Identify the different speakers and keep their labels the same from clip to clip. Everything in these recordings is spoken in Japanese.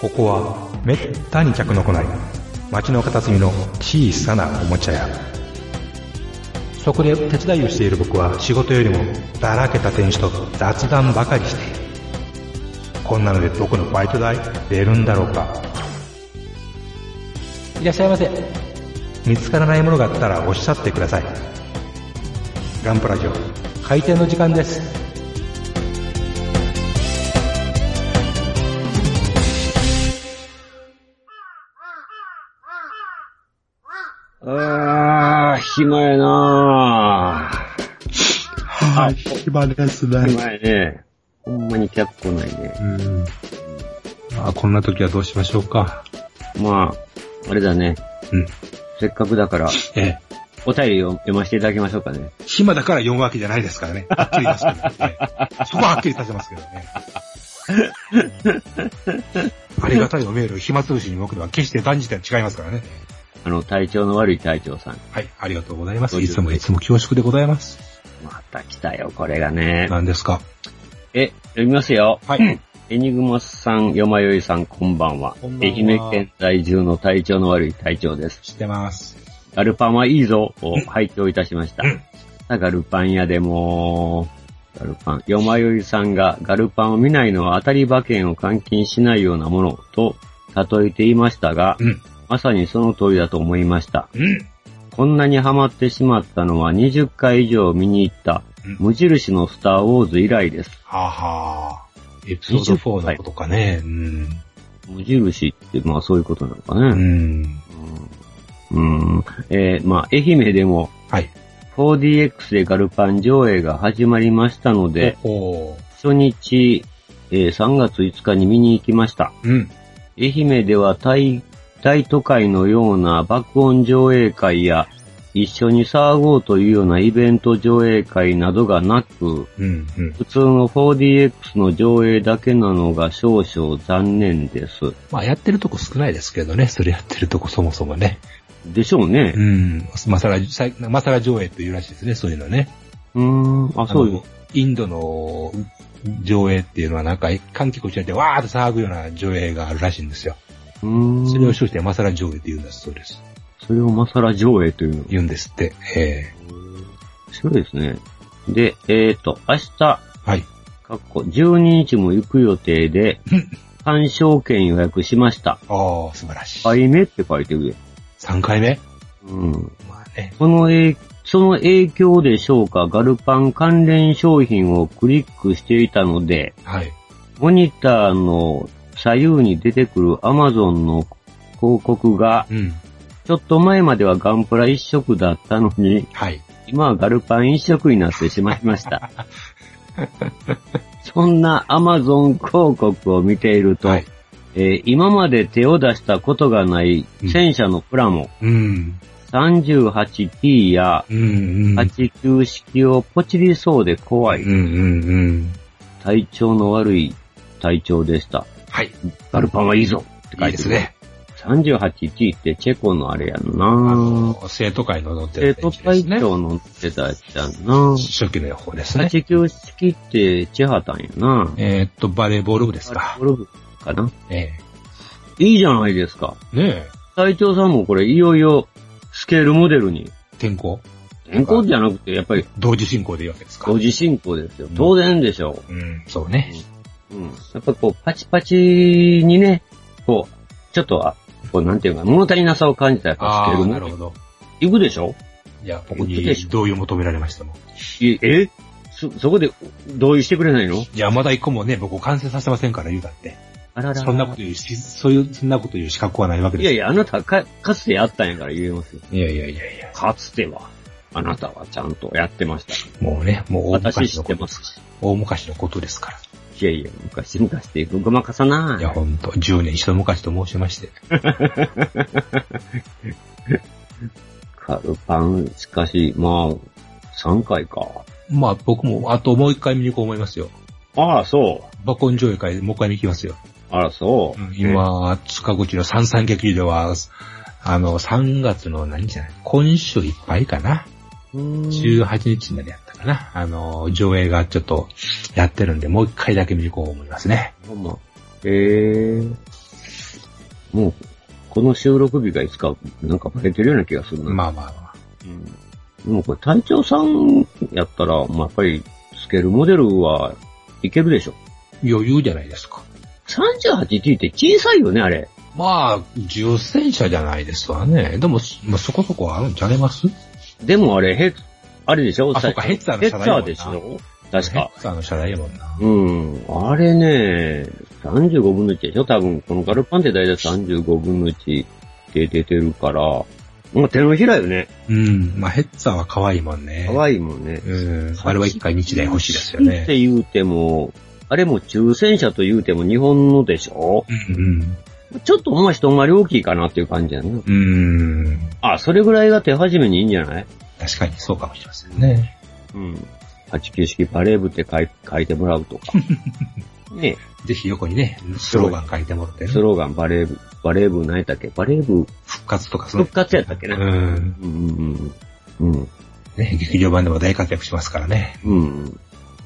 Speaker 1: ここはめったに客の来ない町の片隅の小さなおもちゃ屋そこで手伝いをしている僕は仕事よりもだらけた店主と雑談ばかりしてこんなので僕のバイト代出るんだろうか
Speaker 2: いらっしゃいませ。
Speaker 1: 見つからないものがあったらおっしゃってくださいガンプラジオ
Speaker 2: 開店の時間です。
Speaker 3: ああ、暇やな
Speaker 4: はい、暇です
Speaker 3: あ
Speaker 4: ね。
Speaker 3: 暇やね。ほんまに客来ないね。
Speaker 1: うんまあこんな時はどうしましょうか
Speaker 3: まあ、あれだね。
Speaker 1: うん
Speaker 3: せっかくだから、
Speaker 1: ええ
Speaker 3: お便りを読ませていただきましょうかね。
Speaker 1: 暇だから読むわけじゃないですからね。はっきり言いますけど、ね。そこははっきりさせますけどね。ありがたいおメールを暇つぶしに僕では決して断じては違いますからね。
Speaker 3: あの、体調の悪い隊長さん。
Speaker 1: はい、ありがとうございます。
Speaker 3: そうい
Speaker 1: いうつもいつも恐縮でございます。
Speaker 3: また来たよ、これがね。
Speaker 1: 何ですか
Speaker 3: え、読みますよ。
Speaker 1: はい。
Speaker 3: エニグマスさん、よまよいさん、こんばんは。
Speaker 1: こんばん
Speaker 3: 愛
Speaker 1: は
Speaker 3: 媛県在住の体調の悪い隊長です。
Speaker 1: 知ってます。
Speaker 3: ガルパンはいいぞを拝聴いたしました。さあガルパン屋でも、ガルパン、よまよいさんがガルパンを見ないのは当たり馬券を換金しないようなものと例えていましたが、
Speaker 1: うん
Speaker 3: まさにその通りだと思いました。
Speaker 1: うん。
Speaker 3: こんなにハマってしまったのは20回以上見に行った
Speaker 1: うん
Speaker 3: 無印のスターウォーズ以来です。
Speaker 1: はあはあ。エピソード4のことかね。うん。
Speaker 3: 無印ってまあそういうことなのかね。
Speaker 1: うん。
Speaker 3: うん。うんえーまあ愛媛でも
Speaker 1: はい。
Speaker 3: 4DX でガルパン上映が始まりましたので、
Speaker 1: おー
Speaker 3: 初日、えー3月5日に見に行きました。
Speaker 1: うん。
Speaker 3: 愛媛では大大都会のような爆音上映会や、一緒に騒ごうというようなイベント上映会などがなく、
Speaker 1: うん。うん。
Speaker 3: 普通の 4DX の上映だけなのが少々残念です。
Speaker 1: まあやってるとこ少ないですけどね。それやってるとこそもそもね。
Speaker 3: でしょうね
Speaker 1: う。ん。マサラ、最マサラ上映というらしいですね、そういうのね。
Speaker 3: うーん、あ、そう
Speaker 1: あ
Speaker 3: よ
Speaker 1: の。インドの上映っていうのはなんか、観客をちらってわーっと騒ぐような上映があるらしいんですよ。
Speaker 3: うーん。
Speaker 1: それを称してマサラ上映って言うんだそうです。
Speaker 3: それをまさら上映というの。
Speaker 1: 言うんですって。え
Speaker 3: 面白いですね。で、えっ、と、明日、
Speaker 1: えはい。
Speaker 3: かっこ12日も行く予定で
Speaker 1: うん、
Speaker 3: 鑑賞券予約しました。
Speaker 1: ああ、素晴らしい。
Speaker 3: 買い目って書いてるで。
Speaker 1: 3回目
Speaker 3: うん。
Speaker 1: まあね。
Speaker 3: この影、その影響でしょうか、ガルパン関連商品をクリックしていたので、
Speaker 1: はい。
Speaker 3: モニターの左右に出てくる Amazon の広告が、
Speaker 1: うん。
Speaker 3: ちょっと前まではガンプラ一色だったのに、
Speaker 1: はい。
Speaker 3: 今はガルパン一色になってしまいました。そんな Amazon 広告を見ていると、
Speaker 1: はい。
Speaker 3: えー今まで手を出したことがない
Speaker 1: うん
Speaker 3: 戦車のプラモ、
Speaker 1: うん。
Speaker 3: 38T や
Speaker 1: うん。うん。
Speaker 3: 89式をポチりそうで怖
Speaker 1: う
Speaker 3: い、
Speaker 1: ん。うん。うん。
Speaker 3: 体調の悪い体調でした。
Speaker 1: はい。い
Speaker 3: ガルパンはいいぞって書
Speaker 1: い
Speaker 3: い
Speaker 1: で
Speaker 3: て
Speaker 1: す
Speaker 3: る。
Speaker 1: ね。
Speaker 3: 38T ってチェコのあれやん
Speaker 1: あ
Speaker 3: な
Speaker 1: の、生徒会の乗って
Speaker 3: 生
Speaker 1: る
Speaker 3: 徒
Speaker 1: 選手で
Speaker 3: 会
Speaker 1: すね。
Speaker 3: 長の乗ってたやつやんな
Speaker 1: 初期の予報ですね。
Speaker 3: 89式ってチェハタンやな
Speaker 1: えーっと、バレーボール部ですか
Speaker 3: ゴ。ルフかな
Speaker 1: え
Speaker 3: いいじゃないですか。
Speaker 1: え。ねえ。
Speaker 3: 隊長さんもこれいよいよスケールモデルに
Speaker 1: 転校
Speaker 3: 変更じゃなくて、やっぱり
Speaker 1: 同時進行でいいわけですか
Speaker 3: 同時進行ですよ。当然でしょ
Speaker 1: うん、そうね。
Speaker 3: う。うん。やっぱこう、パチパチにね、こう、ちょっとは、こう、なんていうか、物足りなさを感じたやっぱスケ
Speaker 1: あ
Speaker 3: ー
Speaker 1: あ、
Speaker 3: ル
Speaker 1: な
Speaker 3: も。
Speaker 1: るほど。
Speaker 3: いくでしょ
Speaker 1: いや、僕に同意を求められましたもん。
Speaker 3: いえそ、そこで同意してくれないの
Speaker 1: いや、まだ一個もね、僕を完成させませんから、言うだって。
Speaker 3: あらら。
Speaker 1: そんなこと言うし、そういう、そんなこと言う資格はないわけ
Speaker 3: い
Speaker 1: で
Speaker 3: や
Speaker 1: す
Speaker 3: いや、あなたか、かつてやったんやから言えますよ。
Speaker 1: いやいやいやいや。
Speaker 3: かつては、あなたはちゃんとやってました。
Speaker 1: もうね、もう大
Speaker 3: 私
Speaker 1: 昔
Speaker 3: 知
Speaker 1: の
Speaker 3: っ
Speaker 1: こ
Speaker 3: て
Speaker 1: と
Speaker 3: ま
Speaker 1: です
Speaker 3: すし。
Speaker 1: 大昔のことですか
Speaker 3: いやいや、昔々ってごまかさ
Speaker 1: ら。
Speaker 3: ない
Speaker 1: いや、ほんと、10年一昔と申しまして。
Speaker 3: カルパン、しかし、まあ、3回か。
Speaker 1: まあ、僕も、あともう一回見に行こう思いますよ。
Speaker 3: あら、そ
Speaker 1: バコン上映会、もう一回見に行きますよ。
Speaker 3: う。あら、そう。
Speaker 1: 今、塚口の三三劇では、あの、3月の何日だ今週いっぱいかな。
Speaker 3: うん
Speaker 1: 18日までやったかな。あの、上映がちょっとやってるんで、もう一回だけ見に行こう思いますね。
Speaker 3: ほんま。ええもう、この収録日がいつか、なんかバレてるような気がするな。
Speaker 1: まあまあまあ。
Speaker 3: うんでもこれ、隊長さんやったら、まあ、やっぱり、つけるモデルはいけるでしょ。
Speaker 1: 余裕じゃないですか。
Speaker 3: 38T って小さいよね、あれ。
Speaker 1: まあ、重戦車じゃないですわね。でも、まあ、そこそこあるんちゃいます
Speaker 3: でもあれ、ヘッ、あれでしょ
Speaker 1: あそうかヘッダーの車
Speaker 3: ヘッダ
Speaker 1: 内
Speaker 3: ーでし
Speaker 1: だも
Speaker 3: ょ確か。
Speaker 1: ヘッダーの車内やもんな。
Speaker 3: うん。あれね、35分の1でしょ多分、このガルパンって大体35分の1で出てるから、まあ、手のひらよね。
Speaker 1: うん。まあ、ヘッダーは可愛いもんね。
Speaker 3: 可愛いもんね。
Speaker 1: うん。あれは一回日で欲しいですよね
Speaker 3: っ。て言うても、あれも抽選車と言うても日本のでしょ
Speaker 1: うん。
Speaker 3: ちょっとまあ一回り大きいかなっていう感じやな。
Speaker 1: うん。うん
Speaker 3: あ、それぐらいが手始めにいいんじゃない
Speaker 1: 確かにそうかもしれませんね。
Speaker 3: うん。89式バレー部って書い書いてもらうと か。ね
Speaker 1: ぜひ横にね、スローガン書いてもらって
Speaker 3: え
Speaker 1: ね
Speaker 3: スローガンバレー部、バレー部何やったっけバレー部
Speaker 1: 復活とかその
Speaker 3: 復活やったっけ
Speaker 1: う
Speaker 3: な。
Speaker 1: ん。
Speaker 3: うんうんうん。うん。
Speaker 1: ね、劇場版でも大活躍しますからね。
Speaker 3: うん。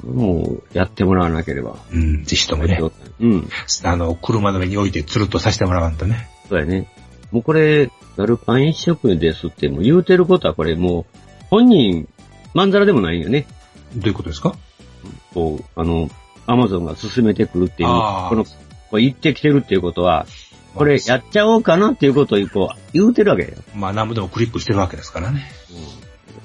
Speaker 3: もう、やってもらわなければ。
Speaker 1: うん。ぜひともね、
Speaker 3: うん。
Speaker 1: あの、車の上に置いてつるっとさせてもらわんとね。
Speaker 3: そうやね。もうこれ、ガルパン一色ですって、もう言うてることはこれもう、本人、まんざらでもないよね。
Speaker 1: どういうことですか
Speaker 3: こう、あの、アマゾンが進めてくるっていう、
Speaker 1: あー
Speaker 3: この、これ言ってきてるっていうことは、これ
Speaker 1: ま
Speaker 3: やっちゃおうかなっていうことをこう、言うてるわけだよ。
Speaker 1: あ、まあ、何部でもクリックしてるわけですからね。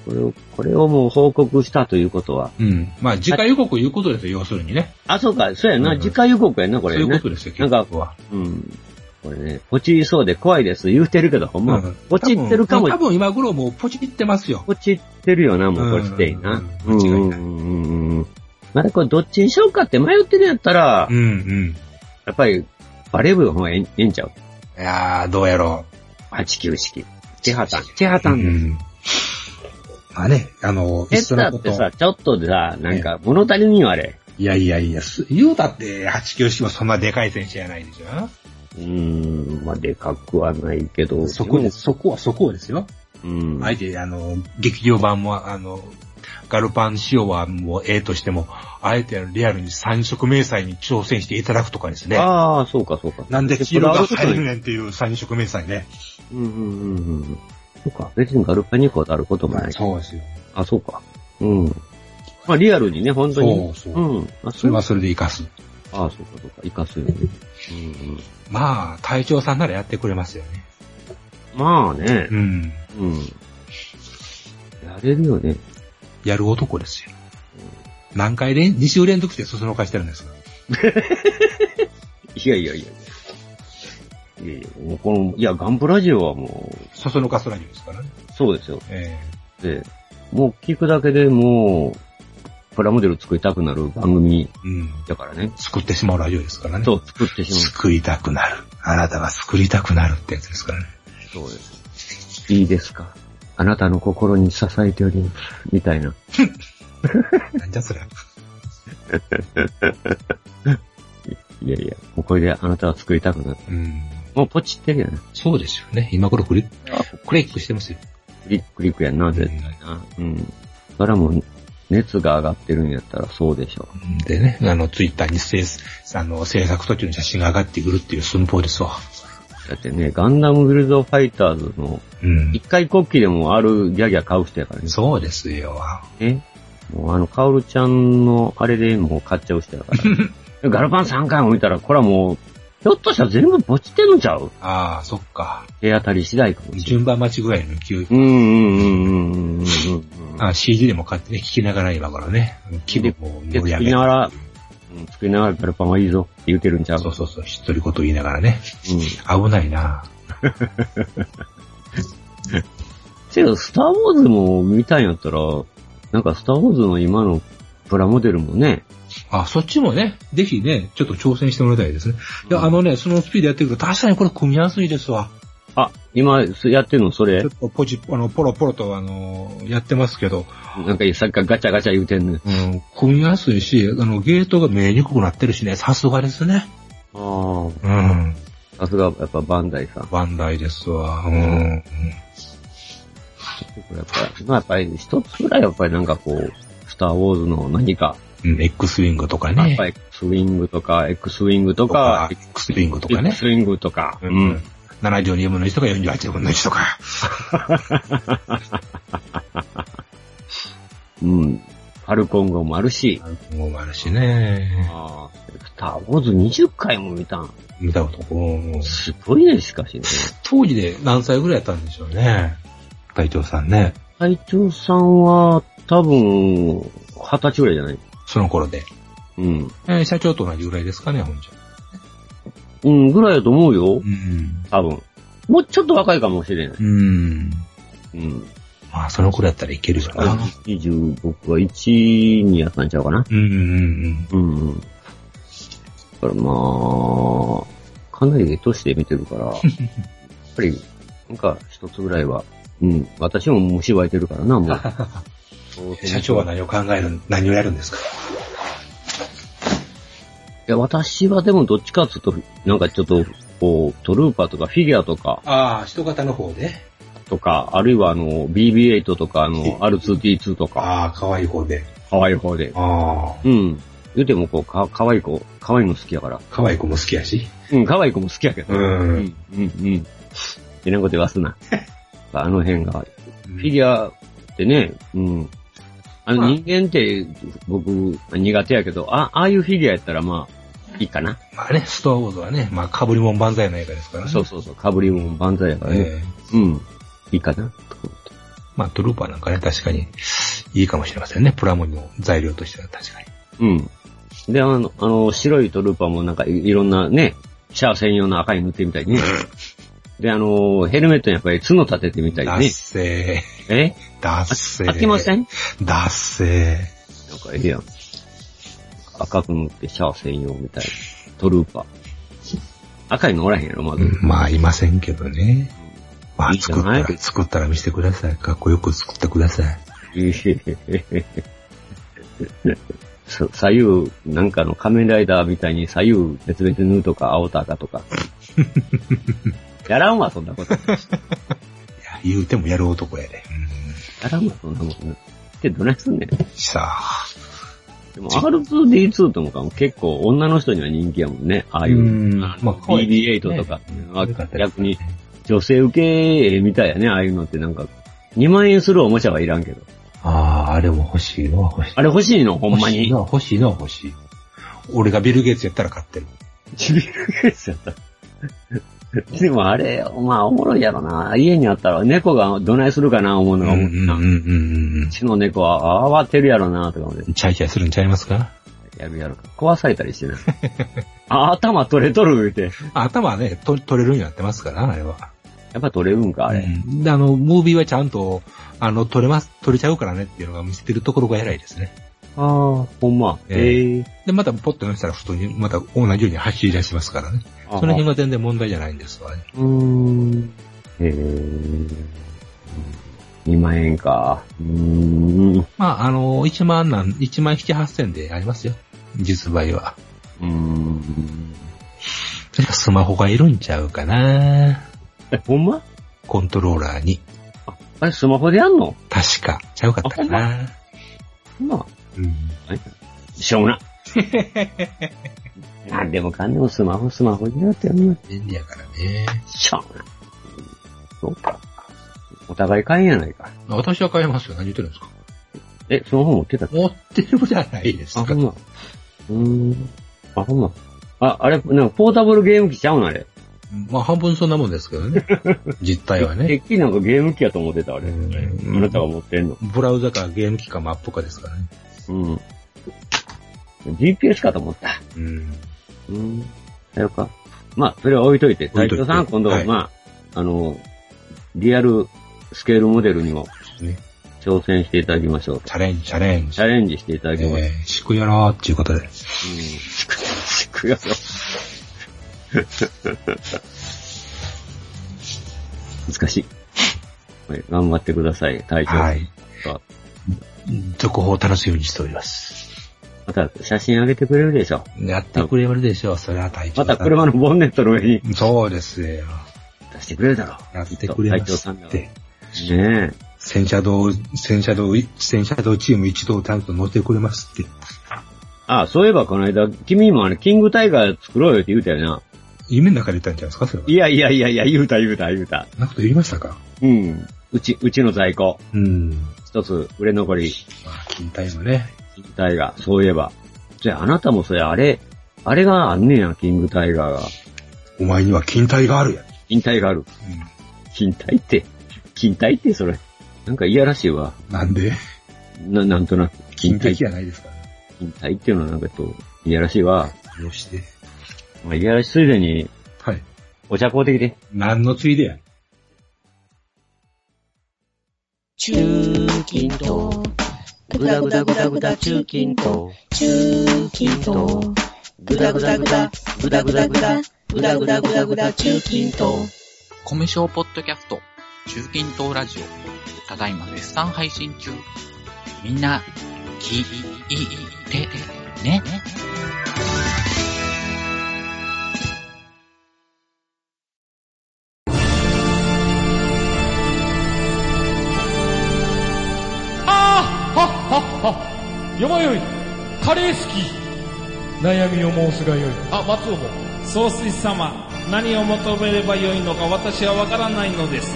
Speaker 3: これを、これをもう報告したということは。
Speaker 1: うん。まあ、次回予告いうことですよ、要するにね。
Speaker 3: あ、そうか、そうや
Speaker 1: うんう
Speaker 3: な、
Speaker 1: ん
Speaker 3: 次回予告やな、こ
Speaker 1: そう
Speaker 3: れ
Speaker 1: い
Speaker 3: ね。
Speaker 1: うことですよ、
Speaker 3: なんか
Speaker 1: 結局は。
Speaker 3: うん。これね、ポチりそうで怖いです言うてるけど、ほんま、
Speaker 1: うん
Speaker 3: ポチってるかも
Speaker 1: 多分多分今頃もうポチってますよ。
Speaker 3: ポチってるよな、もうこれしていいな。
Speaker 1: うん間違いない
Speaker 3: うんうんうんうん。まだこれどっちにしようかって迷ってるんやったら、
Speaker 1: うんうん。
Speaker 3: やっぱりバレー部の方がええんええんちゃう
Speaker 1: いやー、どうやろ
Speaker 3: ?89 式。チェハタン。チェハ
Speaker 1: う。
Speaker 3: タン。
Speaker 1: ん。まあね、あの、
Speaker 3: ヘ
Speaker 1: いっ
Speaker 3: ッ
Speaker 1: その
Speaker 3: ダー
Speaker 1: こ
Speaker 3: っ
Speaker 1: と
Speaker 3: て。さ、ちょっとでさ、なんか物足りんよ、あれ。
Speaker 1: いやいやいや、す言うたって89式もそんなでかい選手じゃないでしょ。
Speaker 3: うーん、まあ、でかくはないけど。
Speaker 1: そこで、そこは、そこをですよ。
Speaker 3: うん。
Speaker 1: あえて、あの、劇場版も、あの、ガルパン仕様はもうええとしても、あえてリアルに三色迷彩に挑戦していただくとかですね。
Speaker 3: ああ、そうか、そうか。
Speaker 1: なんで黄色が入るねんっていう三色迷彩ね。
Speaker 3: うんうんうんうん。そうか、別にガルパニコであることもない。
Speaker 1: そうですよ。
Speaker 3: あ、そうか。うん。まあ、リアルにね、本当に。
Speaker 1: そうそうう。
Speaker 3: ん。あ、
Speaker 1: それはそれで活かす。
Speaker 3: ああ、そうか、そうか。生かすよね。うんうん。
Speaker 1: まあ、隊長さんならやってくれますよね。
Speaker 3: まあね。
Speaker 1: うん。
Speaker 3: うん。やれるよね。
Speaker 1: やる男ですよ。何回連、2週連続してそそのかしてるんですか
Speaker 3: いやいやいや。いやいや、もうこの、いや、ガンプラジオはも
Speaker 1: そそのかスラジオですからね。
Speaker 3: う、そうですよ。
Speaker 1: え
Speaker 3: で、もう聞くだけでもう、プラモデル作りたくなる番組
Speaker 1: えうん。
Speaker 3: だからね。
Speaker 1: 作ってしまうラジオですからね。
Speaker 3: そう、作ってし
Speaker 1: 作りたくなる。あなたが作りたくなるってやつですから ね。
Speaker 3: まう。そうです。いいですかあなたの心に支えております。みたいな。
Speaker 1: なんじゃそりゃ。
Speaker 3: いやいや、もうこれであなたは作りたくなる。
Speaker 1: うん。
Speaker 3: もうポチってるやん。
Speaker 1: そうですよね。今頃クリック、クリックしてますよ。
Speaker 3: クリックリックやんな、絶対な。うん。それはもう、熱が上がってるんやったらそうでしょ
Speaker 1: でね、あの、ツイッターに制作、あの、制作途中の写真が上がってくるっていう寸法ですわ。
Speaker 3: う。だってね、ガンダムビルドファイターズの、
Speaker 1: うん。
Speaker 3: 一回国旗でもあるギャギャ買う人やからね。
Speaker 1: そうですよ。
Speaker 3: ね。もうあの、カオルちゃんのあれでもう買っちゃう人やか ら、ガルパン3回も見たら、これはもう、ひょっとしたら全部ポチってんのちゃう
Speaker 1: ああ、そっか。
Speaker 3: 手当たり次第かもしれん
Speaker 1: 順番待ちぐらいの勢い。
Speaker 3: うんうんうんうんうんうんうん。
Speaker 1: あ CD でも買ってね、聞きながら今からね、気分も盛り
Speaker 3: で、
Speaker 1: 上
Speaker 3: 作
Speaker 1: げ
Speaker 3: り
Speaker 1: て
Speaker 3: ながら、うん作りながらガルパンはいいぞって言うてるんちゃう
Speaker 1: そうそうそう、一人言言いながらね、
Speaker 3: う
Speaker 1: 危
Speaker 3: ん。
Speaker 1: ないな
Speaker 3: せや、スターウォーズも見たんやったら、なんかスターウォーズの今のプラモデルもね、
Speaker 1: あ、そっちもね、ぜひね、ちょっと挑戦してもらいたいですね。いや、あのね、そのスピードやってると確かにこれ組みやすいですわ。
Speaker 3: あ、今やってるのそれ
Speaker 1: ちょっとポチ、あの、ポロポロとあの、やってますけど、
Speaker 3: なんかさっきからガチャガチャ言うてんね
Speaker 1: うん、組みやすいし、あの、ゲートが見えにくくなってるしね、さすがですね。
Speaker 3: あ
Speaker 1: うん。
Speaker 3: あ。さすがやっぱバンダイさん。
Speaker 1: バンダイですわ。うん。
Speaker 3: やっぱり、まあやっぱり一つぐらいやっぱりなんかこう、スターウォーズの何か、
Speaker 1: うん、X ウィングとか
Speaker 3: や
Speaker 1: ね
Speaker 3: っ。ぱりスウィングとか、X ウィングとか、
Speaker 1: X ウィングとかね。
Speaker 3: スウィングとか、
Speaker 1: う
Speaker 3: うんん。
Speaker 1: 72分の1とか48分の1とか。
Speaker 3: うん。ファルコン号もあるし、
Speaker 1: もうあるしね。
Speaker 3: あースター・ウォーズ20回も見たん。
Speaker 1: 見たこと。うん
Speaker 3: すごいね、しかしね。
Speaker 1: 当時で何歳ぐらいやったんでしょうね。隊長さんね。
Speaker 3: 隊長さんは、多分、二十歳ぐらいじゃない
Speaker 1: その頃で。
Speaker 3: うん。
Speaker 1: えー社長と同じぐらいですかね、本社。
Speaker 3: うん、ぐらいだと思う
Speaker 1: う。
Speaker 3: よ
Speaker 1: ん。
Speaker 3: 多分。もうちょっと若いかもしれない。
Speaker 1: うん。
Speaker 3: うん。
Speaker 1: まあ、その頃やったらいけるよな。
Speaker 3: 20僕は1、2やったんちゃうかな。
Speaker 1: うんうんうん。
Speaker 3: うんうん。だからまあ、かなり年で見て るから、やっぱり、なんか一つぐらいは、うん、私も虫湧いてるからな、もう。
Speaker 1: 社長は何を考える、何をやるんですか
Speaker 3: いや、私はでもどっちかっていうと、なんかちょっと、こう、トルーパーとかフィギュアとか、
Speaker 1: ああ、人型の方で。
Speaker 3: とか、あるいはあの、BB8 とか、あの、R2D2 とか、
Speaker 1: ああ、可愛い方で。
Speaker 3: 可愛い方で。
Speaker 1: ああ、
Speaker 3: うん。言うてもこう、か、可愛い子、可愛いの好きやから。
Speaker 1: 可愛い子も好きやし。。
Speaker 3: うん、可愛い子も好きやけど。うん、うんん、うん。てなこと言わ すな。あの辺が、フィギュアってね、うん。あ
Speaker 1: まあ
Speaker 3: の、人間って、僕、苦手やけど、あ、ああいうフィギュアやったらまあ、いいかな。
Speaker 1: まあね、ストアウォーズはね、まあ、被り物万歳の映画ですからね。
Speaker 3: そうそうそう、被りも万歳やからね。
Speaker 1: ええ
Speaker 3: うん。いいかな。
Speaker 1: まあ、トルーパーなんかね、確かに、いいかもしれませんね。プラモの材料としては確かに。
Speaker 3: うん。で、あの、あの、白いトルーパーもなんかいいろんなね、シャア専用の赤い塗ってみたいね。で、あの、ヘルメットにやっぱり角立ててみた
Speaker 1: だ
Speaker 3: り
Speaker 1: っ
Speaker 3: ね。
Speaker 1: せー。
Speaker 3: え
Speaker 1: だっせー。
Speaker 3: 飽きません
Speaker 1: だっせー。
Speaker 3: なんかええやん。赤く塗ってシャア専用みたい。トルーパー。赤いのおらへんやろ、まず。
Speaker 1: うんまあ、いませんけどね。まあ、
Speaker 3: いいじゃ
Speaker 1: 作っ
Speaker 3: な
Speaker 1: た
Speaker 3: い
Speaker 1: ら、作ったら見せてください。かっこよく作ってください。
Speaker 3: そ左右、なんかの仮面ライダーみたいに左右別々塗るとか青と赤と か。やらんわ、そんなこと。
Speaker 1: いや、言うてもやる男やで。
Speaker 3: やらんわ、そんなこと。ってどないすんねん。で
Speaker 1: うん。さあ。
Speaker 3: も R2D2 とかも結構女の人には人気やもんね。ああいう。
Speaker 1: うん
Speaker 3: あ
Speaker 1: ま
Speaker 3: の
Speaker 1: あ可愛いですね
Speaker 3: BB8 とかっていうのは
Speaker 1: うんよかったです
Speaker 3: 逆に女性受けみたいやね、ああいうのってなんか。2万円するおもちゃはいらんけど。
Speaker 1: ああ、あれも欲しいのは欲しい。
Speaker 3: あれ欲しいのほんま
Speaker 1: 欲しい
Speaker 3: に
Speaker 1: の。は欲しいのは欲しい。俺がビル・ゲイツやったら買ってる。
Speaker 3: ちびるゲースやった。 でもあれ、まあおもろいやろな。家にあったら猫がどないするかな思うのが思った。う
Speaker 1: うん
Speaker 3: ちの猫は慌てるやろなとか思って、
Speaker 1: チャイチャイするんちゃいますか
Speaker 3: やるやろか。壊された りしてな。あ、頭取れとる言うて。
Speaker 1: 頭はね、と取れるようになってますから、あれは。
Speaker 3: やっぱ取れるんか、あれ。
Speaker 1: うんで、あの、ムービーはちゃんと、あの、取れます、取れちゃうからねっていうのが見せてるところが偉いですね。
Speaker 3: ああ、ほんま。
Speaker 1: ええ
Speaker 3: ええ
Speaker 1: で、またポッと乗せたら普通に、また同じように走り出しますからね。
Speaker 3: あ
Speaker 1: その辺が全然問題じゃないんですわね。
Speaker 3: うーん。へえうん。2万円か。うーん。う
Speaker 1: まあ、あの、1万なん、1万7、8千でありますよ。実売は。
Speaker 3: ーん。
Speaker 1: それはスマホがいるんちゃうかな
Speaker 3: え、ほんま
Speaker 1: コントローラーに。
Speaker 3: あれ、スマホでやんの
Speaker 1: 確か。ちゃうかったかな
Speaker 3: ほんま。
Speaker 1: うん。
Speaker 3: しょうもな。 なんでもかんでもスマホ、スマホになってやんな。
Speaker 1: 便利やからね。
Speaker 3: しょうもな。そうか。お互い買えんやないか。
Speaker 1: 私は買えますよ。何言ってるんですか
Speaker 3: え、スマホ持ってたっけ
Speaker 1: 持ってるじゃないです
Speaker 3: あ、
Speaker 1: か
Speaker 3: ほん。ま。うーん。あ、ほんま。あ、あれ、なんかポータブルゲーム機ちゃうのあれ。
Speaker 1: まあ、半分そんなもんですけど ね。実態は
Speaker 3: て
Speaker 1: ね。
Speaker 3: っきりなんかゲーム機やと思ってた、あれ。
Speaker 1: うん
Speaker 3: あなたが持ってんの。
Speaker 1: ブラウザかゲーム機かマップかですからね。
Speaker 3: うん。GPS かと思った。
Speaker 1: うん。
Speaker 3: うん。やろか。まあ、それは置いといて、
Speaker 1: 置いと
Speaker 3: 隊
Speaker 1: いて
Speaker 3: 長さん、今度は、
Speaker 1: はい
Speaker 3: まあ、あの、リアルスケールモデルにも
Speaker 1: ね
Speaker 3: 挑戦していただきましょう。
Speaker 1: チャレンジ、チャレンジ
Speaker 3: チ。ャレンジしていただきましょう。
Speaker 1: えー、しくやろうっていうことで。
Speaker 3: うん。やろ。 難しい。はい頑張ってください、隊長。
Speaker 1: はい。
Speaker 3: さん
Speaker 1: 続報を楽しみにしております。
Speaker 3: また写真上げてくれるでしょ。
Speaker 1: やってくれるでしょう、それは隊長
Speaker 3: ま
Speaker 1: さ
Speaker 3: た
Speaker 1: ん
Speaker 3: 車のボンネットの上に
Speaker 1: そうですよ。
Speaker 3: 出してくれるだろう。
Speaker 1: やってくれま
Speaker 3: きっと隊長
Speaker 1: す
Speaker 3: さんが
Speaker 1: って。
Speaker 3: ねえ。
Speaker 1: 戦車道、戦車道、戦車道チーム一同担当乗ってくれますって。
Speaker 3: あそういえばこの間、君もあれ、キングタイガー作ろうよって言うたよな。
Speaker 1: 夢の中で言ったんじゃないですかそれは。
Speaker 3: いやいやいやいや、言うた言うた言うた。
Speaker 1: そんなこと言いましたか
Speaker 3: うん。うち、うちの在庫。
Speaker 1: うん。
Speaker 3: 一つ、売れ残り、
Speaker 1: まあ、金タイムね。
Speaker 3: キングタイガー。そういえば。じゃあ、あなたもそれ、あれ、あれがあんねや、キングタイガーが。
Speaker 1: お前には金体があるやん。
Speaker 3: 金体がある。金体って、金体ってそれ。なんかいやらしいわ。
Speaker 1: なんで
Speaker 3: な、なんとなく。
Speaker 1: 金
Speaker 3: 金体
Speaker 1: 的、じゃないですか、
Speaker 3: 金体っていうのはなんかちょっと、いやらしいわ。
Speaker 1: よして。
Speaker 3: まあ、いやらしいついでに、
Speaker 1: はい。
Speaker 3: お茶買うてきて。
Speaker 1: 何のついでや。
Speaker 2: 中近東、ぐだぐだぐだぐだ中近東、中近東、ぐだぐだぐだ、ぐだぐだぐだ、ぐだぐだぐだぐだ中近東。
Speaker 5: コミュ障ポッドキャスト、中近東ラジオ、ただいま絶賛配信中。みんな、聞いてね。
Speaker 6: ああはっはっはよまよいカレー好き悩みを申すがよいあ松尾も
Speaker 7: 総帥様、何を求めればよいのか私はわからないのです。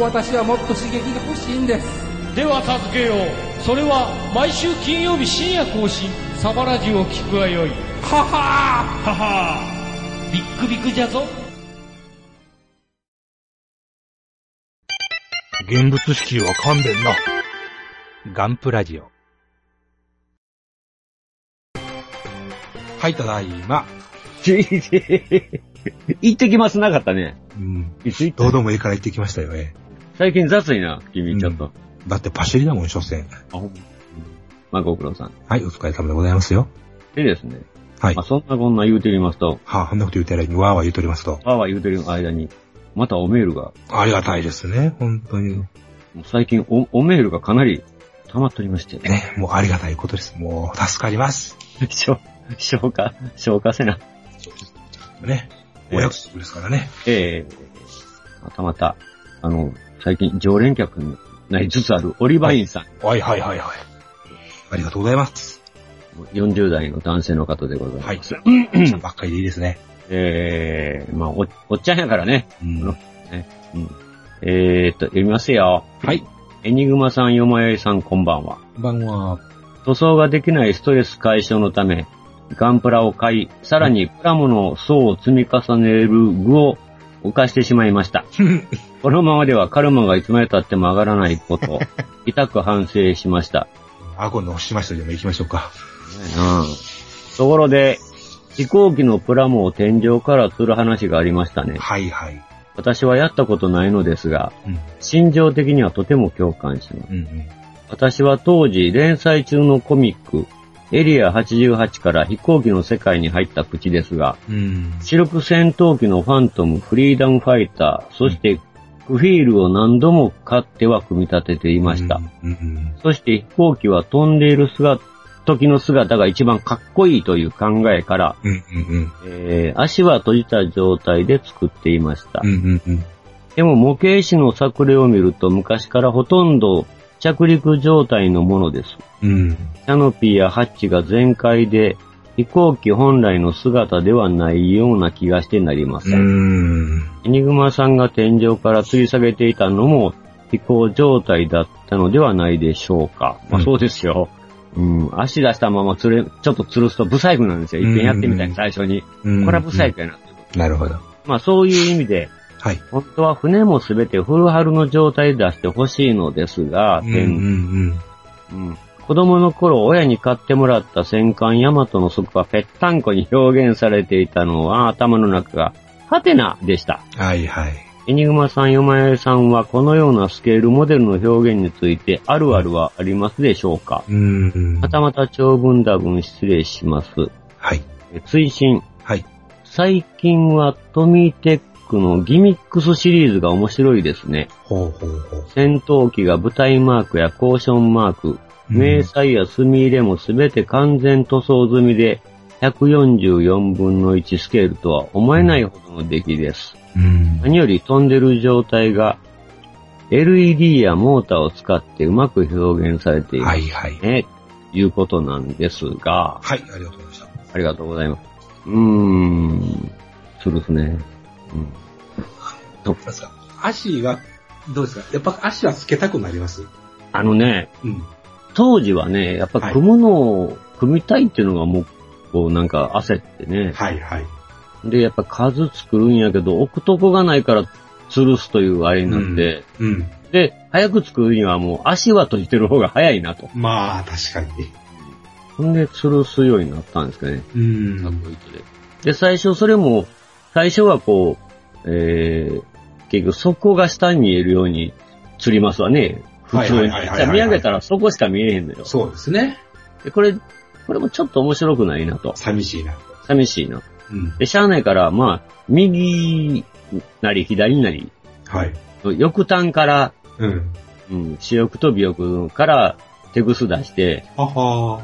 Speaker 6: 私はもっと刺激が欲しいんですでは助けようそれは毎週金曜日深夜更新サバラジを聞くがよいははははビックビックじゃぞ
Speaker 1: 現物式は勘弁な。ガンプラジオ。はい、ただいま。
Speaker 3: 行ってきますなかったね。
Speaker 1: うん。
Speaker 3: いつ行った
Speaker 1: どうでもいいから行ってきましたよね。
Speaker 3: 最近雑いな、君ちょっと。
Speaker 1: だってパシリだもん、所詮。
Speaker 3: まあ、ご苦労さん。
Speaker 1: はい、お疲れ様でございますよ。
Speaker 3: でですね。
Speaker 1: はい
Speaker 3: まあ、そんなこんな言うておりますと、
Speaker 1: はあ、こんなこと言うてやらに、わーわー言うておりますと。
Speaker 3: わーわー言うてる間に、またおメールが、
Speaker 1: ありがたいですね、本当に。
Speaker 3: もう最近お、おメールがかなり溜まっておりまして、
Speaker 1: ね、もうありがたいことです。もう、助かります。
Speaker 3: 消消化、消化せな。
Speaker 1: ね。
Speaker 3: え
Speaker 1: お約束ですからね。
Speaker 3: ええまたまた、あの、最近常連客になりつつあるオリバインさん、
Speaker 1: はいはいはいはい。ありがとうございます。
Speaker 3: 40代の男性の方でございます。
Speaker 1: はい。うん ばっかりでいいですね。
Speaker 3: ええまあお、おっちゃんやからね。
Speaker 1: うん。は
Speaker 3: うん、えー、っと、読みますよ。
Speaker 1: い。
Speaker 3: エニグマさん、よもやいさん、こんばんは。
Speaker 1: こんばんは。
Speaker 3: 塗装ができないストレス解消のため、ガンプラを買い、さらにプラモの層を積み重ねる具を犯してしまい ました。このままではカルマがいつまで経っても上がらないこと、痛く反省しました。
Speaker 1: 顎のしましたでも行きましょうか。
Speaker 3: ところで、飛行機のプラモを天井から吊る話がありましたね。
Speaker 1: はいはい。
Speaker 3: 私はやったことないのですが、
Speaker 1: うん。
Speaker 3: 心情的にはとても共感します。
Speaker 1: うんうん。
Speaker 3: 私は当時連載中のコミック、エリア88から飛行機の世界に入った口ですが、
Speaker 1: うん。
Speaker 3: 主力戦闘機のファントム、フリーダムファイター、そしてクフィールを何度も買っては組み立てていました。。
Speaker 1: うんうん。
Speaker 3: そして飛行機は飛んでいる姿、時の姿が一番かっこいいという考えから、
Speaker 1: うんうん
Speaker 3: えー足は閉じた状態で作っていました
Speaker 1: うん。う。んうんうん。
Speaker 3: でも模型師の作例を見ると昔からほとんど着陸状態のものです。
Speaker 1: うん。
Speaker 3: キャノピーやハッチが全開で、飛行機本来の姿ではないような気がしてなりませ。
Speaker 1: うんん。
Speaker 3: エニグマさんが天井から吊り下げていたのも飛行状態だったのではないでしょうか。ま
Speaker 1: う
Speaker 3: あ
Speaker 1: ん
Speaker 3: そうですよ。うん、足出したまま吊れ、ちょっと吊るすとブサイクなんですよ。
Speaker 1: うん
Speaker 3: 一遍やってみたい、最初に。
Speaker 1: うん
Speaker 3: これはブサイクやな。
Speaker 1: なるほど。
Speaker 3: まあそういう意味で、
Speaker 1: はい。
Speaker 3: 本当は船もすべてフルハルの状態で出してほしいのですが、
Speaker 1: うんうん
Speaker 3: うん子供の頃、親に買ってもらった戦艦ヤマトの底がぺったんこに表現されていたのは頭の中がハテナでした。
Speaker 1: うん。はいはい。
Speaker 3: エニグマさん、ヨマエさんはこのようなスケールモデルの表現についてあるあるはありますでしょうか
Speaker 1: うんうん。
Speaker 3: またまた長文だ分失礼します。
Speaker 1: はい。
Speaker 3: え追伸。
Speaker 1: はい。
Speaker 3: 最近はトミーテックのギミックスシリーズが面白いですね。
Speaker 1: ほうほうほう。
Speaker 3: 戦闘機が舞台マークやコーションマーク、
Speaker 1: うん
Speaker 3: 迷彩や墨入れもすべて完全塗装済みで、144分の1スケールとは思えないほどの出来です。
Speaker 1: うん。
Speaker 3: 何より飛んでる状態が、LED やモーターを使ってうまく表現されていま
Speaker 1: は
Speaker 3: す
Speaker 1: いはい。
Speaker 3: ね、ということなんですが、
Speaker 1: はい、ありがとうございました。
Speaker 3: ありがとうございます。うーん。するっすね。うん。
Speaker 1: ですか足は、どうですかやっぱ足はつけたくなります
Speaker 3: あのね、
Speaker 1: うん。
Speaker 3: 当時はね、やっぱ
Speaker 1: はい
Speaker 3: 組むのを、組みたいっていうのがもう、こうなんか焦ってね。
Speaker 1: はいはい。
Speaker 3: で、やっぱ数作るんやけど、置くとこがないから吊るすというあれになって、
Speaker 1: うん。
Speaker 3: で、早く作るにはもう足は閉じてる方が早いなと。
Speaker 1: まあ、確かに。
Speaker 3: ほんで、吊るすようになったんですけどね。
Speaker 1: うん。
Speaker 3: タック糸で。で、最初それも、最初はこう、えー、結局底が下に見えるように吊りますわね。普通
Speaker 1: はい
Speaker 3: に。じ
Speaker 1: はいはいはいはい
Speaker 3: ゃあ見上げたらそこしか見えへんのよ。
Speaker 1: そうですね。
Speaker 3: で、これ、これもちょっと面白くないなと。
Speaker 1: 寂しいな。
Speaker 3: 寂しいな。
Speaker 1: うん。
Speaker 3: で、しゃあないから、まあ、右なり左なり、
Speaker 1: はい。
Speaker 3: 翼端から、
Speaker 1: うん。
Speaker 3: うん、主翼と尾翼から手ぐす出して、
Speaker 1: あは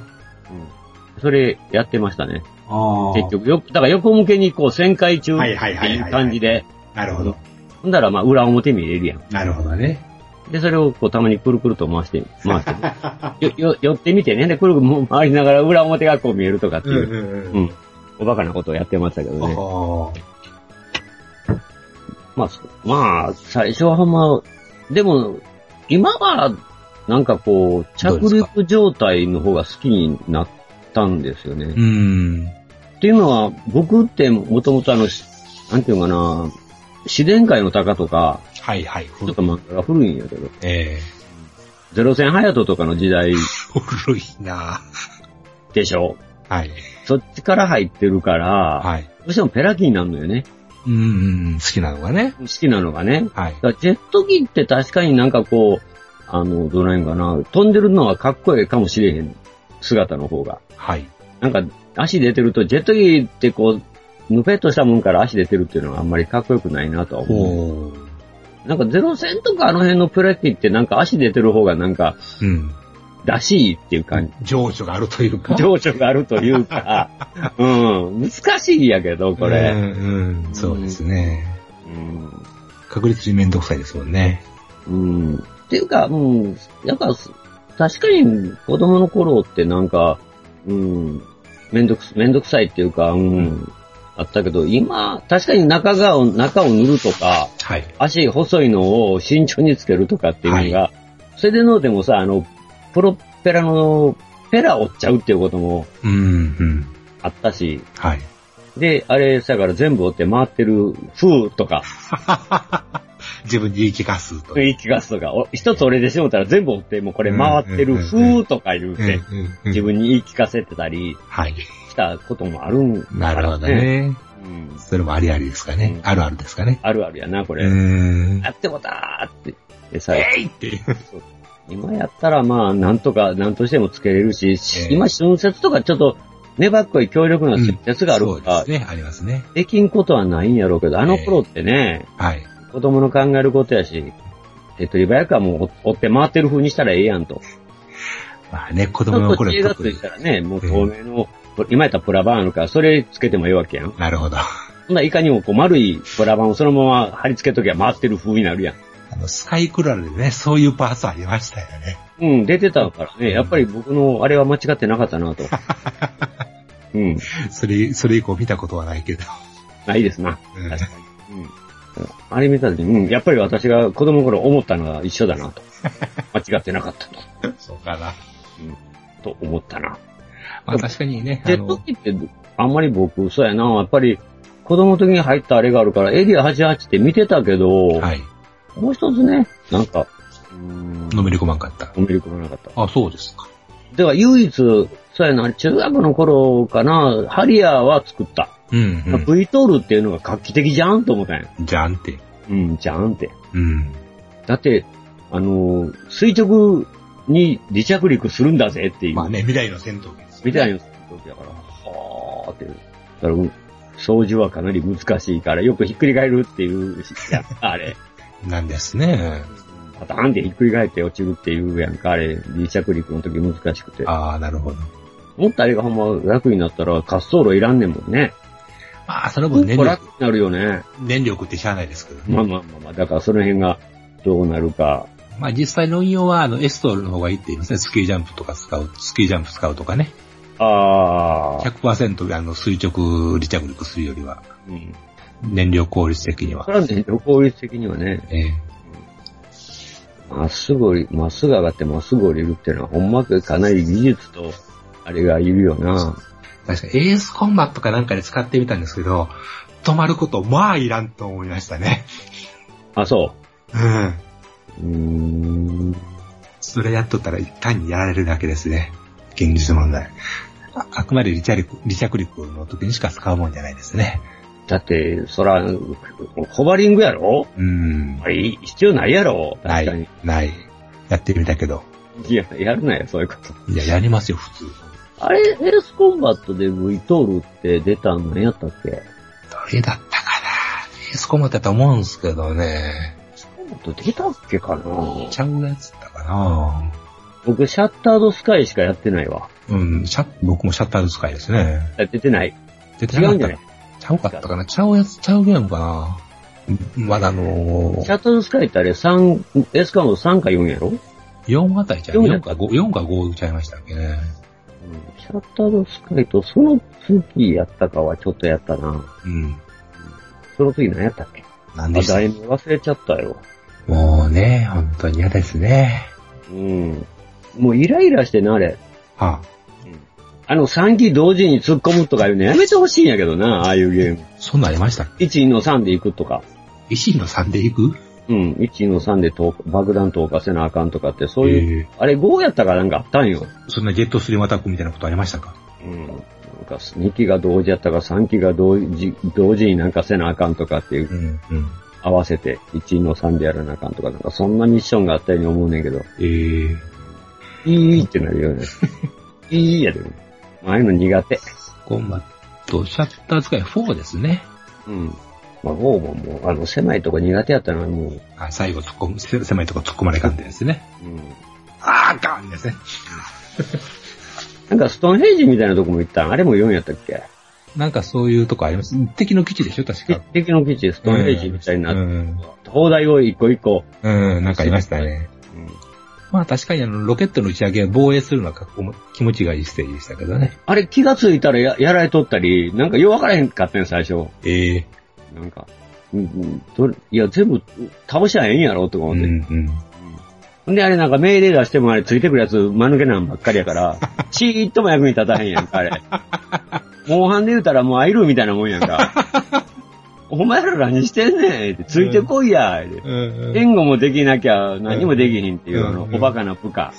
Speaker 3: うん、それやってましたね。
Speaker 1: ーあー。
Speaker 3: 結局、よく、だから横向けにこう旋回中っ
Speaker 1: は
Speaker 3: て
Speaker 1: いはいはいはいいは
Speaker 3: う
Speaker 1: い
Speaker 3: 感じで、
Speaker 1: なるほど。
Speaker 3: ほんだらまあ裏表見れるやん。
Speaker 1: なるほどね。
Speaker 3: で、それをこうたまにくるくると回して、回して。よ、よ、寄ってみてね。で、くるくる回りながら裏表がこう見えるとかって
Speaker 1: うん
Speaker 3: いうう、
Speaker 1: ん
Speaker 3: う
Speaker 1: うん。
Speaker 3: ん、おバカなことをやってましたけど
Speaker 1: あ
Speaker 3: ね。
Speaker 1: はー
Speaker 3: まあ、そまあ、最初はほんま、でも、今は、なんかこう、
Speaker 1: どう
Speaker 3: 着
Speaker 1: ですか
Speaker 3: 陸状態の方が好きになったんですよね。
Speaker 1: うん。
Speaker 3: っていうのは、僕ってもともとあの、しなんていうのかな、自然界の鷹とか、
Speaker 1: はいはい。
Speaker 3: ちょっと漫画が古いんやけど、
Speaker 1: ええ
Speaker 3: ゼロ戦ハヤトとかの時代
Speaker 1: 古いな
Speaker 3: でしょ
Speaker 1: はい。
Speaker 3: そっちから入ってるから、
Speaker 1: はい。
Speaker 3: どうしてもペラキになるのよね。
Speaker 1: うんうん。好きなのがね。
Speaker 3: 好きなのがね。
Speaker 1: はい
Speaker 3: だ。からジェット機って確かになんかこう、あの、どないんかな、飛んでるのはかっこええかもしれへん。姿の方が。
Speaker 1: はい。
Speaker 3: なんか、足出てると、ジェット機ってこう、ぬぺっとしたもんから足出てるっていうのはあんまりかっこよくないなとは思う。
Speaker 1: ほう。
Speaker 3: なんかゼロ戦とかあの辺のプラティってなんか足出てる方がなんか、
Speaker 1: うん。
Speaker 3: らしいっていう感じ。
Speaker 1: 情緒があるというか。
Speaker 3: 情緒があるという か、うん、難しいやけど、こ
Speaker 1: う
Speaker 3: れ。
Speaker 1: んうん。そうですね。
Speaker 3: うん
Speaker 1: 確率にめんどくさいですもんね。
Speaker 3: うんっていうか、うん、やっぱ、確かに子供の頃ってなんか、うん、めんどくす、めんどくさいっていうか、うん、あったけど、今、確かに中がを、中を塗るとか、
Speaker 1: はい。
Speaker 3: 足細いのを慎重につけるとかっていうのが、それでのでもさ、あの、プロペラの、ペラ折っちゃうっていうことも
Speaker 1: うんうん。
Speaker 3: あったし、
Speaker 1: はい。
Speaker 3: で、あれ、さから全部折って回ってる風とか、
Speaker 1: 自分に言い聞かすと
Speaker 3: 言い聞かすとか、お一つ折れてしもたら全部折って、もうこれ回ってる風とか言う
Speaker 1: うん
Speaker 3: て、
Speaker 1: うんうん
Speaker 3: 自分に言い聞かせてたり
Speaker 1: はい。
Speaker 3: したこともあるんだ
Speaker 1: なるほど。ね。
Speaker 3: うん、
Speaker 1: それもありありですかね。
Speaker 3: うん
Speaker 1: あるあるですかね。
Speaker 3: あるあるやな、こ
Speaker 1: う
Speaker 3: れ。
Speaker 1: ーん
Speaker 3: あ。ってもたーって。でさ、
Speaker 1: いって。
Speaker 3: 今やったらまあ、なんとか、なんとしてもつけれるし、
Speaker 1: ええ
Speaker 3: 今、春節とかちょっと、粘っこい強力な節節があ
Speaker 1: そ
Speaker 3: る
Speaker 1: う
Speaker 3: か
Speaker 1: で
Speaker 3: ら、
Speaker 1: すね。ありますね。
Speaker 3: できんことはないんやろうけど、あの頃ってね、
Speaker 1: はい。
Speaker 3: 子供の考えることやし、手っ取り早くはもう追って回ってる風にしたらええやんと。
Speaker 1: まあね、子
Speaker 3: ち
Speaker 1: 供
Speaker 3: ょ
Speaker 1: の
Speaker 3: っと
Speaker 1: 頃
Speaker 3: 知恵がつ
Speaker 1: 特
Speaker 3: い
Speaker 1: に
Speaker 3: た。らね、もう透明の、今やったらプラ板あるから、それつけてもええわけやん。
Speaker 1: なるほど。
Speaker 3: ほんならいかにもこう丸いプラ板をそのまま貼り付けときゃ回ってる風になるやん。
Speaker 1: あの、スカイクラルでね、そういうパーツありましたよね。
Speaker 3: うん、出てたからね、やっぱり僕のあれは間違ってなかっ たなと。うん、
Speaker 1: それ、それ以降見たことはないけど。
Speaker 3: ないですな。
Speaker 1: うん
Speaker 3: 確かに。うん。あれ見たときに、うん、やっぱり私が子供の頃思ったのは一緒だな と。間違ってなかったと。
Speaker 1: そうかな。
Speaker 3: と思ったな。
Speaker 1: まあ確かにね、あ
Speaker 3: ジェット
Speaker 1: の、
Speaker 3: 機って、あんまり僕、そうやな、やっぱり、子供の時に入ったあれがあるから、エリア88って見てたけど、
Speaker 1: はい。
Speaker 3: もう一つね、なんか、うーん、
Speaker 1: のめり込まんかった。
Speaker 3: のめり込まなかった。
Speaker 1: あ、そうですか。
Speaker 3: では、唯一、そうやな、中学の頃かな、ハリアーは作った。
Speaker 1: うん、うん。
Speaker 3: V トールっていうのが画期的じゃんと思ったんや。
Speaker 1: じゃんって。
Speaker 3: うん、じゃんって。
Speaker 1: うん。
Speaker 3: だって、あのー、垂直に離着陸するんだぜっていう。
Speaker 1: まあね、未来の戦闘機です。
Speaker 3: みたいな時だから、はーって。だから、うん操縦はかなり難しいから、よくひっくり返るっていう、やあれ。
Speaker 1: なんですね。
Speaker 3: パターンってひっくり返って落ちるっていうやんか、あれ。離着陸の時難しくて。
Speaker 1: ああ、なるほど。
Speaker 3: もっとあれがほんま楽になったら滑走路いらんねんもんね。
Speaker 1: まあ、その
Speaker 3: も
Speaker 1: 分
Speaker 3: っ
Speaker 1: 燃
Speaker 3: と楽
Speaker 1: 力、
Speaker 3: になるよね。
Speaker 1: 燃力ってしゃあないですけど、
Speaker 3: まあまあまあまあ、だからその辺がどうなるか。
Speaker 1: まあ実際の運用は、あの、エストールの方がいいって言いますね。スキージャンプとか使う、スキージャンプ使うとかね。
Speaker 3: ああ。
Speaker 1: 100%あの垂直離着陸するよりは、
Speaker 3: うん。
Speaker 1: 燃料効率的には
Speaker 3: そ。れはね、効率的にはね、
Speaker 1: ええ
Speaker 3: まっすぐ降り、まっすぐ上がってまっすぐ降りるっていうのは、ほんまかなり技術と、あれがいるよな。
Speaker 1: 確かにエースコンバットかなんかで使ってみたんですけど、止まること、まあいらんと思いましたね。
Speaker 3: あ、そ
Speaker 1: うん。
Speaker 3: う。うーん。
Speaker 1: それやっとったら単にやられるだけですね。現実問題。ああくまで離着陸、離着陸の時にしか使うもんじゃないですね。
Speaker 3: だって、そら、ホバリングやろ
Speaker 1: うん。
Speaker 3: あれ、必要ないやろ
Speaker 1: な
Speaker 3: 確かに
Speaker 1: い。、ない。やってみたけど。
Speaker 3: いや、やるなよ、そういうこと。
Speaker 1: いや、やりますよ、普通。
Speaker 3: あれ、エースコンバットで V トールって出たの何やったっけエー
Speaker 1: どれだったかなエースコンバットだと思うんですけどね。
Speaker 3: スコンバット出たっけかな
Speaker 1: ちゃうやつだったかな
Speaker 3: 僕、シャッタードスカイしかやってないわ。
Speaker 1: うん、シャ僕もシャッターズ使いですね。
Speaker 3: あ出てない。
Speaker 1: 出て
Speaker 3: 違
Speaker 1: な
Speaker 3: う
Speaker 1: かっ
Speaker 3: んじ
Speaker 1: た
Speaker 3: ゃ
Speaker 1: かないちゃ
Speaker 3: な
Speaker 1: うかったかなちゃうやつ、ちゃうゲームかなまだあの
Speaker 3: シャッタードスカイってあれ三エースコンバット3か4やろ、うん、
Speaker 1: 4あたりちゃう
Speaker 3: 四や
Speaker 1: ?4 か5、4か5ちゃいましたっけね。
Speaker 3: シャッタードスカイとその次やったかはちょっとやったな。
Speaker 1: うん。
Speaker 3: その次何やったっけ
Speaker 1: なん
Speaker 3: あ、
Speaker 1: でした
Speaker 3: 題名忘れちゃったよ。
Speaker 1: もうね、本当に嫌ですね。
Speaker 3: うん。もうイライラしてな、あれ。
Speaker 1: は
Speaker 3: あの、3機同時に突っ込むとかいうのやめてほしいんやけどな、ああいうゲーム。
Speaker 1: あ、そんなんありました
Speaker 3: 1の3で行くとか。
Speaker 1: 石井の3で行く
Speaker 3: うん、1の3で投爆弾投下せなあかんとかって、そういう、
Speaker 1: え
Speaker 3: あれ5やったかなんかあったんよ。
Speaker 1: ーそんなジェットストリームアタックみたいなことありましたか
Speaker 3: うん。なんか2機が同時やったか3機が同時、同時になんかせなあかんとかっていう、
Speaker 1: ん、うん。
Speaker 3: 合わせて1の3でやらなあかんとか、なんかそんなミッションがあったように思うねんけど、
Speaker 1: えー、
Speaker 3: いいってなるよ ね。いいやでも。ああいうの苦手。
Speaker 1: コンバット、シャッター使い4ですね。
Speaker 3: うん。まあ、ゴーももう、あの、狭いとこ苦手やったのはもう、
Speaker 1: あ最後突っ込む、せ狭いとこ突っ込まれかんでですね。
Speaker 3: うん。
Speaker 1: あーガンですね。
Speaker 3: なんかストーンヘイジみたいなとこも行ったんあれも4やったっけ
Speaker 1: なんかそういうとこあります。敵の基地でしょ確か。
Speaker 3: 敵の基地、ストーンヘイジみたいに
Speaker 1: う
Speaker 3: なって、
Speaker 1: ん。
Speaker 3: 砲台を一個一個、
Speaker 1: うん、なんかいましたね。まあ確かにあの、ロケットの打ち上げは防衛するのはかっこも気持ちがいいステージでしたけどね。
Speaker 3: あれ気がついたらややられとったり、なんかようわからへんかったん最初。
Speaker 1: ええ
Speaker 3: なんか、うんうん、どれいや、全部倒しゃええんやろとか思
Speaker 1: う
Speaker 3: って。
Speaker 1: んうん。
Speaker 3: ほんであれなんか命令出してもあれついてくるやつ間抜けなんばっかり やから、ちーっとも役に立たへんやんか、あれ。モンハンで言うたらもうアイルみたいなもんや んか。お前ら何してんねんって、ついてこいや、って
Speaker 1: うん
Speaker 3: 援護もできなきゃ何もできひんっていう、あの、
Speaker 1: うん
Speaker 3: おバカな部下。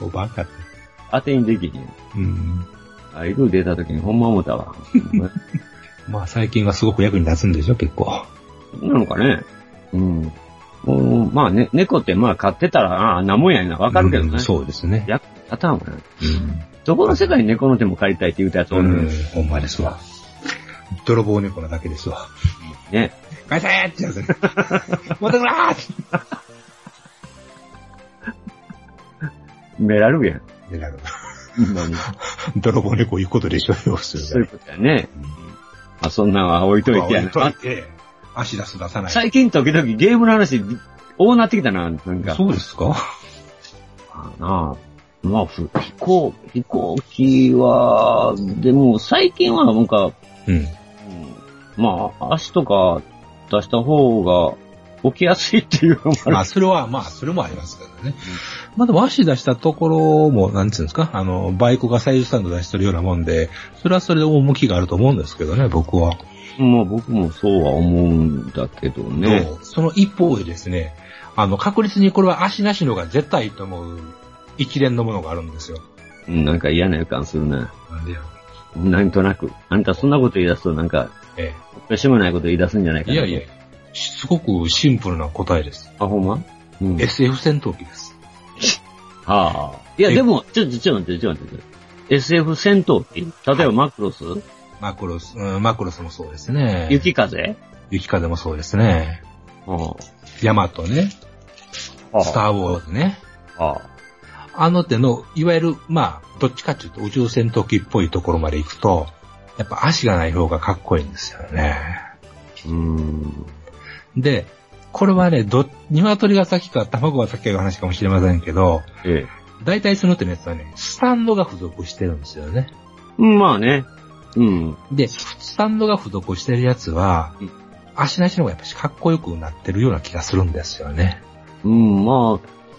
Speaker 1: おバカ。
Speaker 3: 当てにできひん。
Speaker 1: うん。
Speaker 3: アイル出た時にほんま思っ たわ。
Speaker 1: まあ最近はすごく役に立つんでしょ、結構。
Speaker 3: なのかね。うん。もうまあね、猫ってまあ飼ってたら、ああ、なもんやにな、わかるけどね。
Speaker 1: うんそうですね。
Speaker 3: 役に立たんわね。
Speaker 1: うん。
Speaker 3: どこの世界に猫の手も借りたいって言うたやつおる
Speaker 1: う
Speaker 3: の
Speaker 1: ん
Speaker 3: に、
Speaker 1: ほんまですわ。泥棒猫なだけですわ。
Speaker 3: ね。
Speaker 1: 返せーってやつね。持ってくらーって
Speaker 3: メラルやん。
Speaker 1: でなる
Speaker 3: ほんまに
Speaker 1: 泥棒猫行くことでしょ、要す
Speaker 3: そうい
Speaker 1: る
Speaker 3: うことやね。
Speaker 1: に。
Speaker 3: まあそんなんは置いといてや
Speaker 1: 置
Speaker 3: な。
Speaker 1: といて足出す出さない。
Speaker 3: 最近時々ゲームの話、多なってきたな、なんか。
Speaker 1: そうですか
Speaker 3: かな。まあ、ふ飛行、飛行機は、でも最近はなんか、
Speaker 1: うん。
Speaker 3: うんまあ、足とか出した方が起きやすいっていうのもある
Speaker 1: まあ、それは、まあ、それもありますからね。まあ、でも、足出したところも、なんつうんですか、あの、バイクが最優先度出してるようなもんで、それはそれで趣があると思うんですけどね、僕は。
Speaker 3: まあ僕もそうは思うんだけどね。
Speaker 1: とその一方でですね、あの、確率にこれは足なしの方が絶対いいと思う一連のものがあるんですよ。
Speaker 3: うんなんか嫌な予感するな。
Speaker 1: なんでや
Speaker 3: なんとなく。あんたそんなこと言い出すとなんか、
Speaker 1: え
Speaker 3: とっしもないこと言い出すんじゃないか
Speaker 1: え。い
Speaker 3: な。
Speaker 1: やいや。、すごくシンプルな答えです。
Speaker 3: あ、ほんまうん。
Speaker 1: SF 戦闘機です。
Speaker 3: はあ。いや
Speaker 1: え
Speaker 3: でも、ちょ、ちょ、ちょっと待って、ちょっと待って。SF 戦闘機例えばマクロス、
Speaker 1: マクロス、うん、マクロスもそうですね。
Speaker 3: 雪風
Speaker 1: 雪風もそうですね。
Speaker 3: は
Speaker 1: ヤマトね。
Speaker 3: あ。
Speaker 1: スターウォーズね。
Speaker 3: はあ。
Speaker 1: あの手の、いわゆる、まあ、どっちかっていうと宇宙戦闘機っぽいところまで行くと、やっぱ足がない方がかっこいいんですよね。
Speaker 3: うーん。
Speaker 1: で、これはね、ど、鶏が先か卵が先かいう話かもしれませんけど、
Speaker 3: ええ。
Speaker 1: 大体その手のやつはね、スタンドが付属してるんですよね。
Speaker 3: うんまあね。うん。
Speaker 1: で、スタンドが付属してるやつは
Speaker 3: うん、
Speaker 1: 足なしの方がやっぱしかっこよくなってるような気がするんですよね。
Speaker 3: うん、ま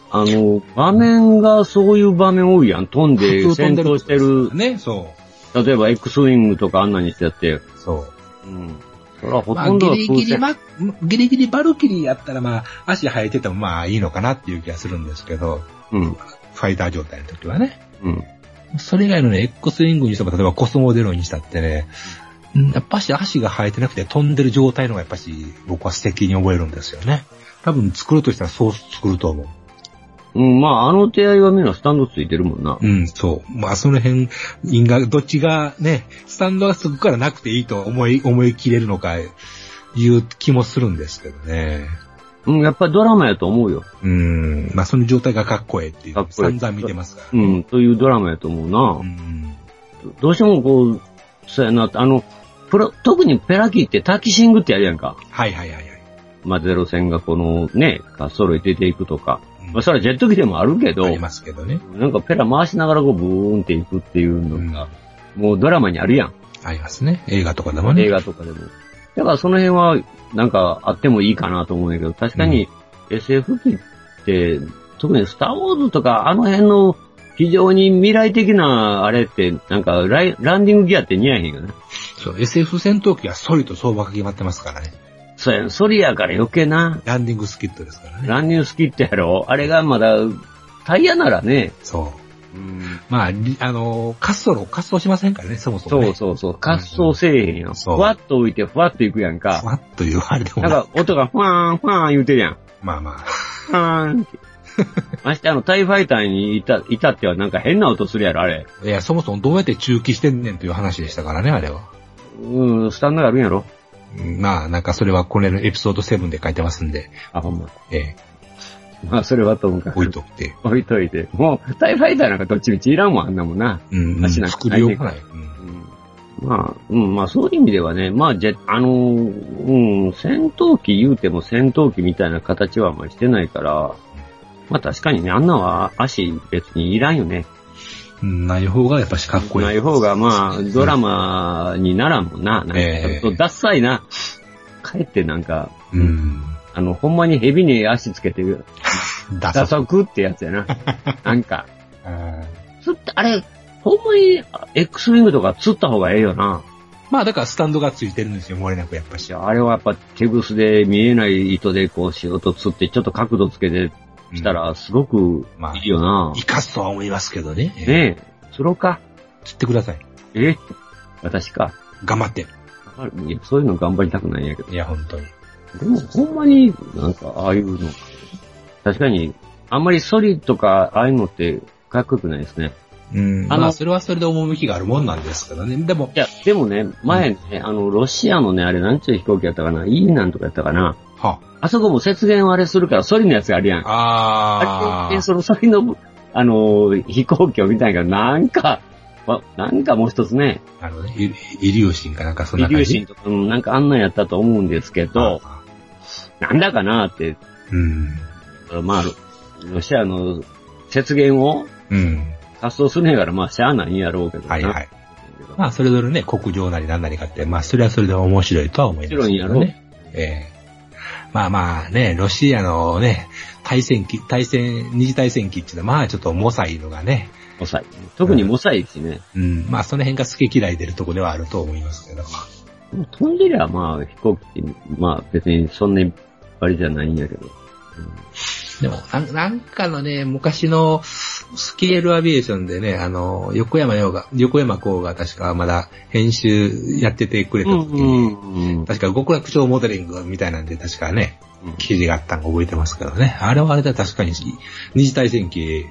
Speaker 3: あ、あの、場面がそういう場面多いやん。飛んで
Speaker 1: 普通 飛
Speaker 3: 戦
Speaker 1: んでる
Speaker 3: 闘してる、
Speaker 1: ね、そ
Speaker 3: 例えば X ウィングとかあんなにしてやって、
Speaker 1: う。そう。
Speaker 3: うん。それはほ
Speaker 1: まあ、
Speaker 3: とんど
Speaker 1: ギ
Speaker 3: は
Speaker 1: リ
Speaker 3: 風
Speaker 1: ギリ、
Speaker 3: 船。
Speaker 1: ま、ギリギリバルキリーやったら、まあ、足生えててもまあいいのかなっていう気がするんですけど、
Speaker 3: うん。
Speaker 1: ファイター状態の時はね。
Speaker 3: うん。
Speaker 1: それ以外のね、X ウィングにしても、例えばコスモデロにしたってね、うんやっぱし足が生えてなくて飛んでる状態の方がやっぱし僕は素敵に覚えるんですよね。多分作るとしたらそう作ると思う。
Speaker 3: うん、まあ、あの手合いはみんなスタンドついてるもんな。
Speaker 1: うん、そう。まあ、その辺、因果、どっちがね、スタンドがつくからなくていいと思い、思い切れるのか、いう気もするんですけどね。
Speaker 3: うん、やっぱりドラマやと思うよ。
Speaker 1: うん、まあ、その状態がかっこええっていう、
Speaker 3: かっこええ
Speaker 1: 散々見てますから。
Speaker 3: うん、というドラマやと思うな。
Speaker 1: うん。
Speaker 3: どうしてもこう、そうやな、あの、プロ、特にペラキーってタキシングってやるやんか。
Speaker 1: はいはいはいはい。
Speaker 3: まあ、ゼロ戦がこのね、滑走路へ出ていくとか。
Speaker 1: うん
Speaker 3: まあ、それはジェット機でもあるけど
Speaker 1: あ、りますけどね。
Speaker 3: なんかペラ回しながらこうブーンっていくっていう
Speaker 1: う
Speaker 3: の
Speaker 1: ん
Speaker 3: が、もうドラマにあるやん。
Speaker 1: ありますね。映画とかでもね。
Speaker 3: 映画とかでも。だからその辺は、なんかあってもいいかなと思うんだけど、確かに SF 機って、特にスターウォーズとかあの辺の非常に未来的なあれって、なんかライランディングギアって似合えへんよね。
Speaker 1: そう、SF 戦闘機はソリと相場が決まってますからね。
Speaker 3: そうやん、ソリやから余計な。
Speaker 1: ランディングスキットですからね。
Speaker 3: ランニングスキットやろあれがまだ、タイヤならね。
Speaker 1: そう。まあ、りあのー、滑走路、滑走しませんからね、そもそも、ね。
Speaker 3: そうそうそう。滑走せえへんやん。ふ
Speaker 1: そう
Speaker 3: わっと置いて、ふわっと行くやん
Speaker 1: ふ
Speaker 3: か。
Speaker 1: わっと言われても
Speaker 3: なん
Speaker 1: な
Speaker 3: か音がファーン、ファーン言うてるやん。
Speaker 1: まあまあ。
Speaker 3: ファーンって。ましてあの、タイファイターにいた、いたってはなんか変な音するやろ、あれ。
Speaker 1: いや、そもそもどうやって中期してんねんという話でしたからね、あれは。
Speaker 3: うん、スタンドがあるんやろ。
Speaker 1: うんまあ、なんかそれはこれのエピソード7で書いてますんで、
Speaker 3: あ、ほんま。
Speaker 1: ええ
Speaker 3: まあ、それはとも かく
Speaker 1: 置いといて。
Speaker 3: 置いといて。もう、タイファイターなんかどっちみちいらんもん、あんなもんな。
Speaker 1: うん、うん
Speaker 3: 足なんか
Speaker 1: 作りようがない。うん
Speaker 3: うんまあ、うん、まあそういう意味ではね、まあ、じゃ、あのー、うん、戦闘機言うても戦闘機みたいな形はあんまりしてないから、まあ確かにね、あんなは足別にいらんよね。
Speaker 1: うんない方がやっぱしかっこいい。
Speaker 3: ない方がまあ、ドラマにならんもんな。なんか
Speaker 1: ええ
Speaker 3: ちょっとダッサいな。かえってなんか、
Speaker 1: うん。
Speaker 3: あの、ほんまに蛇に足つけて、
Speaker 1: ダ
Speaker 3: 打
Speaker 1: サそう。
Speaker 3: 足ってやつ やな。なんか、
Speaker 1: うん
Speaker 3: つった、あれ、ほんまにあ X ウィングとか釣った方がええよな。
Speaker 1: まあ、だからスタンドがついてるんですよ、漏れなくやっぱし
Speaker 3: い。やあれはやっぱ手ぐすで見えない糸でこう仕事つってちょっと角度つけてきたらすごく
Speaker 1: まあ
Speaker 3: いいよな。
Speaker 1: 生かすとは思いますけどね。ええ
Speaker 3: ねえ、釣ろうか。
Speaker 1: 釣ってください。
Speaker 3: え私か。
Speaker 1: 頑張って。
Speaker 3: いやそういうの頑張りたくないんやけど。
Speaker 1: いや、本当に。
Speaker 3: でもほんまになんかああいうの。確かに、あんまりソリとかああいうのってかっこよくないですね。
Speaker 1: うん。
Speaker 3: あの
Speaker 1: まあ、それはそれで趣 があるもんなんですけどね。でも、
Speaker 3: いや、でもね、前ね、あの、ロシアのね、あれなんちゅう飛行機やったかな ?E なんとかやったかな
Speaker 1: は
Speaker 3: あそこも雪原をあれするからソリのやつがあるやん。
Speaker 1: あ
Speaker 3: あれ
Speaker 1: ー
Speaker 3: で、その先の、あのー、飛行機を見たんやけど、なんか、わなんかもう一つね、
Speaker 1: あのね、イリイリューシンかなんかそん
Speaker 3: 微
Speaker 1: な感
Speaker 3: 粒
Speaker 1: じ。
Speaker 3: 子とか、うん、なんかあんなんやったと思うんですけど、
Speaker 1: あー
Speaker 3: なんだかなって、
Speaker 1: うん。
Speaker 3: まあ、ロシアの雪原を
Speaker 1: うん。
Speaker 3: 発想するんやから、まあ、しゃあないんやろうけどな。
Speaker 1: はいはい。まあ、それぞれね、国情なり何なりかって、まあ、それはそれで面白いとは思いますけどね。
Speaker 3: 面白いんやろ
Speaker 1: ええまあまあね、ロシアのね、対戦機、対戦、二次対戦機っていうのは、まあちょっと重さいのがね、
Speaker 3: モサイ。特にモサイってね、
Speaker 1: うん、まあその辺が好き嫌い出るとこではあると思いますけど。
Speaker 3: 飛んでりゃ、まあ、飛行機って、まあ、別にそんなにあれじゃないんやけど。
Speaker 1: でも、なんなんかのね、昔のスケールアビエーションでね、あの、横山洋が、横山光が確かまだ編集やっててくれた時に、
Speaker 3: うん。
Speaker 1: 確か極楽鳥モデリングみたいなんで確かね、記事があったのを覚えてますけどね。あれはあれだ、確かに、二次大戦記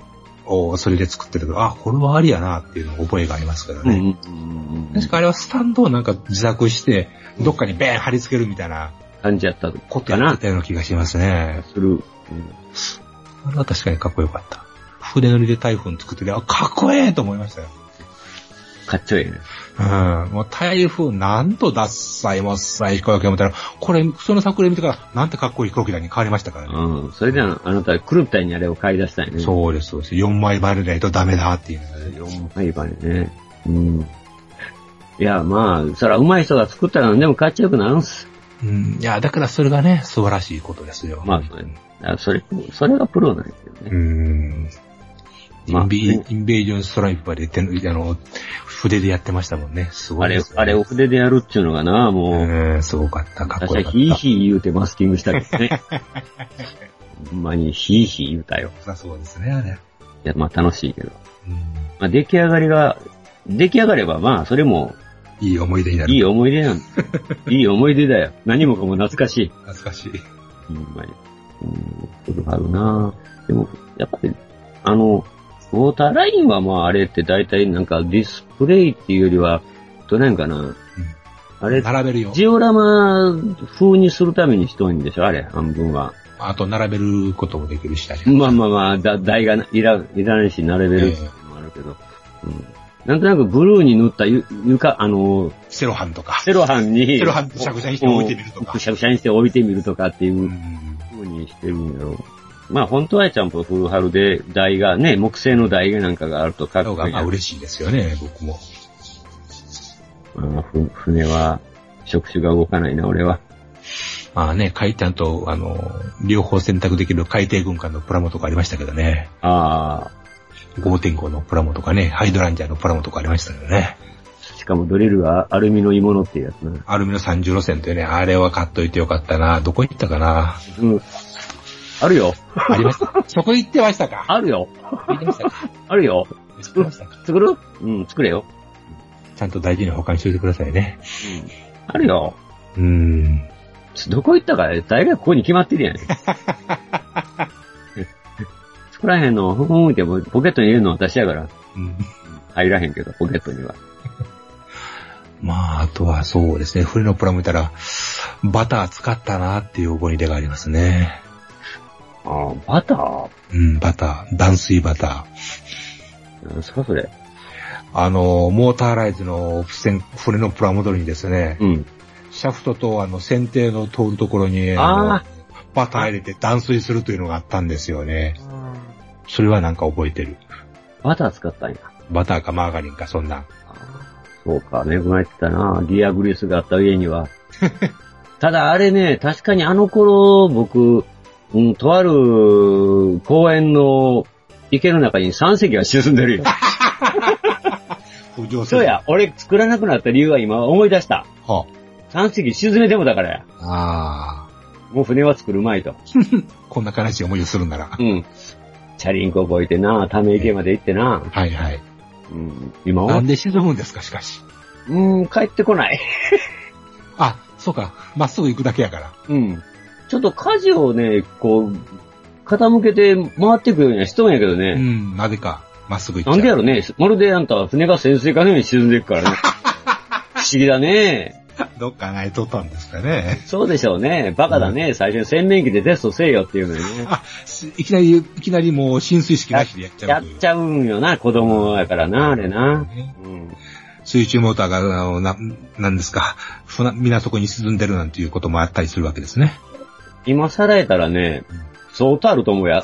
Speaker 1: をそれで作ってるけど、あ、これはありやなっていうのを覚えがありますけど
Speaker 3: うんう
Speaker 1: ね。
Speaker 3: んうんうん
Speaker 1: 確かあれはスタンドをなんか自作して、どっかにベーン貼り付けるみたいな
Speaker 3: 感じやった
Speaker 1: こと
Speaker 3: か
Speaker 1: やっ
Speaker 3: な。
Speaker 1: たような気がしますね。
Speaker 3: する。うん
Speaker 1: あれは確かにかっこよかった。筆乗りで台風作ってて、あ、かっこええと思いましたよ。
Speaker 3: かっちょいいね。
Speaker 1: うん。もう台風なんとダッサいもっさい飛行機をみたいな。これ、その作例見てから、なんてかっこいい飛行機だに変わりましたからね。
Speaker 3: うん。それでは、あなたは狂ったようにあれを買い出したいね。
Speaker 1: そうです、そうです。4枚バレないとダメだっていうのがね。
Speaker 3: う。4枚バネね。うん。いや、まあ、そら上手い人が作ったら何でもかっちよくなるんす。
Speaker 1: うん。いや、だからそれがね、素晴らしいことですよ。
Speaker 3: まあそうあそれ、それがプロなんですよ
Speaker 1: う
Speaker 3: ね。
Speaker 1: ん。イ
Speaker 3: まあ
Speaker 1: ンビ
Speaker 3: ね
Speaker 1: インベージョンストライパーで手の、あの、筆でやってましたもんね。すご
Speaker 3: あ
Speaker 1: いで
Speaker 3: れ
Speaker 1: す、よね
Speaker 3: あれお筆でやるっていうのがな、もう、
Speaker 1: うん、すごかった。かっ
Speaker 3: 私
Speaker 1: こ
Speaker 3: は
Speaker 1: よかっ
Speaker 3: ヒーヒー言うてマスキングしたけ どね。ほんまにヒーヒー言うたよ。
Speaker 1: た。そうですね、あれ。
Speaker 3: いや、まあ楽しいけど。
Speaker 1: うん
Speaker 3: まあ出来上がりが、出来上がればまあそれも
Speaker 1: いい思い出になる。
Speaker 3: いい思い出なんだ。いい思い出だよ。何もかも懐かしい。
Speaker 1: 懐かしい。
Speaker 3: ほんまに。うん、ことがあるなでも、やっぱり、あの、ウォーターラインはまああれって大体なんかディスプレイっていうよりは、どないんかな。あれ、
Speaker 1: 並べるよ。
Speaker 3: ジオラマ風にするためにしとんでしょあれ、半分は。
Speaker 1: あと、並べることもできるし、確かに。
Speaker 3: まあまあまあ、だ台がないらいらないし、並べるっていうのもあるけど、うん。なんとなくブルーに塗ったゆ床、あの、
Speaker 1: セロハンとか。
Speaker 3: セロハンに、
Speaker 1: セロハンくしゃくしゃにして置いてみるとか。
Speaker 3: くしゃくしゃにして置いてみるとかっていううん風にしてるんだろう。まあ本当はちゃんとフルハルで台がね、木製の台なんかがあるとかっ
Speaker 1: の
Speaker 3: こ
Speaker 1: が、
Speaker 3: いい
Speaker 1: まあ、嬉しいですよね、僕も。
Speaker 3: うんふ船は、触手が動かないな、俺は。
Speaker 1: まあね、海ちゃんと、あの、両方選択できる海底軍艦のプラモとかありましたけどね。
Speaker 3: あ
Speaker 1: 5.5のプラモとかね、ハイドランジャーのプラモとかありましたけどね。
Speaker 3: あ、しかもドリルがアルミの鋳物っていうやつな。
Speaker 1: アルミの30路線というね、あれは買っといてよかったな。どこ行ったかな。
Speaker 3: うん。あるよ。
Speaker 1: ありました。そこ行ってましたか
Speaker 3: あるよ。
Speaker 1: 行ってましたか
Speaker 3: あるよ。
Speaker 1: 行ってましたか
Speaker 3: 作るうん、作れよ。
Speaker 1: ちゃんと大事に保管しておいてくださいね。
Speaker 3: うん。あるよ。
Speaker 1: うーん。
Speaker 3: どこ行ったか、大概ここに決まってるやん。 作らへんの、ふんふんってポケットに入れるのは私やから。
Speaker 1: うん
Speaker 3: 入らへんけど、ポケットには。
Speaker 1: まあ、あとはそうですね、船のプラモ見たら、バター使ったなっていう思い出がありますね。
Speaker 3: ああ、バター
Speaker 1: うん、バター、断水バター。
Speaker 3: なんすか、それ。
Speaker 1: あの、モーターライズの付箋、船のプラモデルにですね、
Speaker 3: うん。
Speaker 1: シャフトとあの、船底の通るところに、
Speaker 3: あ
Speaker 1: あのバター入れて断水するというのがあったんですよね。それはなんか覚えてる。
Speaker 3: バター使ったんや。
Speaker 1: バターかマーガリンか、そんな。
Speaker 3: そうか、恵まれてたな。ギアグリスがあった家に は。ただあれね、確かにあの頃、僕、うん、とある公園の池の中に3隻が沈んでるよ。
Speaker 1: 浮上す
Speaker 3: そ
Speaker 1: る
Speaker 3: うや、俺作らなくなった理由は今思い出した。
Speaker 1: は
Speaker 3: 3隻沈めてもだからや。
Speaker 1: あ、ああ
Speaker 3: もう船は作るまいと。
Speaker 1: こんな悲しい思いをするなら。
Speaker 3: うん。チャリンコ覚えてな、ため池まで行ってな。
Speaker 1: はいはい。
Speaker 3: うん。今
Speaker 1: な
Speaker 3: は
Speaker 1: ん、で沈むんですか、しかし。
Speaker 3: うん、帰ってこない。
Speaker 1: あ、そうか。まっすぐ行くだけやから。
Speaker 3: うん。ちょっと舵をね、こう、傾けて回っていくようにはしとんやけど
Speaker 1: う
Speaker 3: ね。
Speaker 1: ん、なぜか、まっすぐ行っちゃ
Speaker 3: な
Speaker 1: う。
Speaker 3: んでやろね。まるであんたは船が潜水艦のように沈んでいく からね。不思議だね。
Speaker 1: どっか泣いとったんですかね。
Speaker 3: そうでしょうね。バカだね。最初に洗面器でテストせえよっていうのにね。
Speaker 1: あ、すいきなり、いきなりもう浸水式なしでやっちゃう
Speaker 3: やっ
Speaker 1: という。
Speaker 3: ちゃうんよな、子供やからな、あれな。うん。
Speaker 1: 水中モーターが、あの、な、なんですか、船、港区に沈んでるなんていうこともあったりするわけですね。
Speaker 3: 今さらえたらね、そうとあると思うや。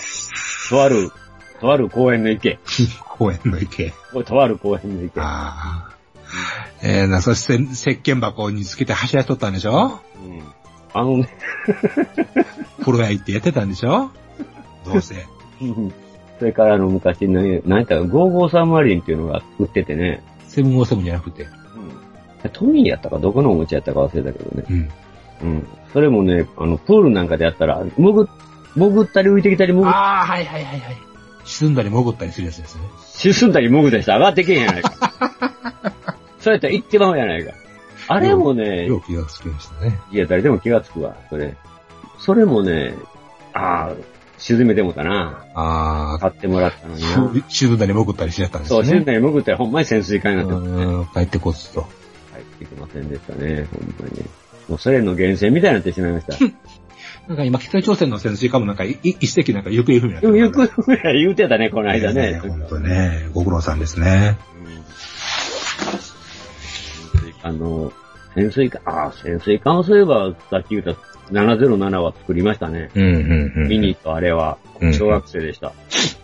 Speaker 3: とある、とある公園の池。
Speaker 1: 公園の池。
Speaker 3: これとある公園の池。
Speaker 1: ああ。えー、な、そして、石鹸箱につけて走らしとったんでしょ
Speaker 3: うん。あのね、
Speaker 1: プロ野行ってやってたんでしょどうせ。
Speaker 3: それからあの昔の、何やったか、553マリンっていうのが売っててね。
Speaker 1: セブンオーセブンじゃなくて。
Speaker 3: うん。トミーやったか、どこのおもちゃやったか忘れたけどね。
Speaker 1: うん。
Speaker 3: うん。それもね、あの、プールなんかでやったら、潜っ、潜ったり浮いてきたり潜っ、
Speaker 1: ああ、はいはいはいはい。沈んだり潜ったりするやつですね。
Speaker 3: 沈んだり潜ったりして上がってけへんや ないか。そうやったら行ってまうやないか。あれもね、
Speaker 1: よく気がつきましたね。
Speaker 3: いや、誰でも気がつくわ、それ。それもね、ああ、沈めてもたな。
Speaker 1: ああ、
Speaker 3: 買ってもらったのにな。
Speaker 1: 沈んだり潜ったりしちゃったんです
Speaker 3: そ
Speaker 1: ね。
Speaker 3: う、沈んだり潜ったらほんまに潜水艦になってますね。
Speaker 1: うん帰ってこずと。
Speaker 3: 入ってきませんでしたね、ほんまに。もうソ連の源泉みたいになってしまい ました。
Speaker 1: なんか今、北朝鮮の潜水艦もなんか、いい一隻なんか行方不明になって
Speaker 3: でも
Speaker 1: る
Speaker 3: よく言うてたね、この間ね。
Speaker 1: ほんとね。ご苦労さんですね。
Speaker 3: あの、潜水艦、ああ、潜水艦はそういえば、さっき言った707は作りましたね。
Speaker 1: うんうんうん。
Speaker 3: ミニとあれは
Speaker 1: う、ん
Speaker 3: 小学生でした。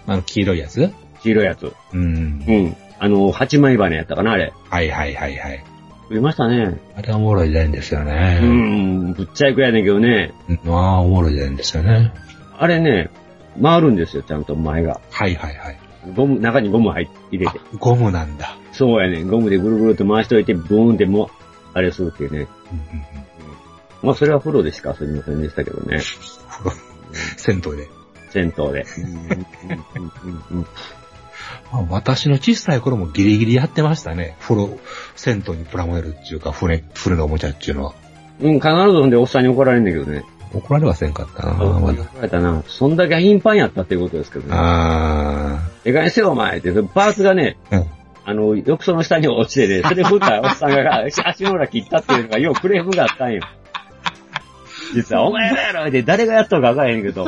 Speaker 1: あの、黄色いやつ
Speaker 3: 黄色いやつ。
Speaker 1: うん
Speaker 3: う。ん。あの、8枚羽やったかな、あれ。
Speaker 1: はいはいはいはい。
Speaker 3: 増えましたね。
Speaker 8: あれはおもろい時代ですよ
Speaker 3: う
Speaker 8: ね。
Speaker 3: ん、ぶっちゃいくやねんけどね。
Speaker 8: うん。ああ、おもろい時代ですよね。
Speaker 3: あれね、回るんですよ、ちゃんと前が。
Speaker 8: はいはいはい。
Speaker 3: ゴム、中にゴム入って入れ
Speaker 8: あ
Speaker 3: て。、
Speaker 8: ゴムなんだ。
Speaker 3: そうやねん。ゴムでぐるぐるっと回しといて、ブーンってもう、あれするっていうね。
Speaker 8: うんうんうん
Speaker 3: まあ、それは風呂でしか遊びませんでしたけどね。
Speaker 8: 銭湯で。
Speaker 3: 銭湯で。うんうんうん
Speaker 8: まあ、私の小さい頃もギリギリやってましたね。風呂、銭湯にプラモデルっていうか、船、船のおもちゃっていうのは。
Speaker 3: うん、必ずほんでおっさんに怒られるんだけどね。
Speaker 8: 怒られはせんかったな、まだ。
Speaker 3: 怒られたな。そんだけ頻繁やったっていうことですけどね。
Speaker 8: あ
Speaker 3: えかにせよ、お前って。そのパーツがね、
Speaker 8: ー。うん。
Speaker 3: あの、浴槽の下に落ちて ね、それ振ったらおっさんが足の裏切ったっていうのが、ようクレームがあったんよ。実は、お前らやろって誰がやったのかわからへんけど、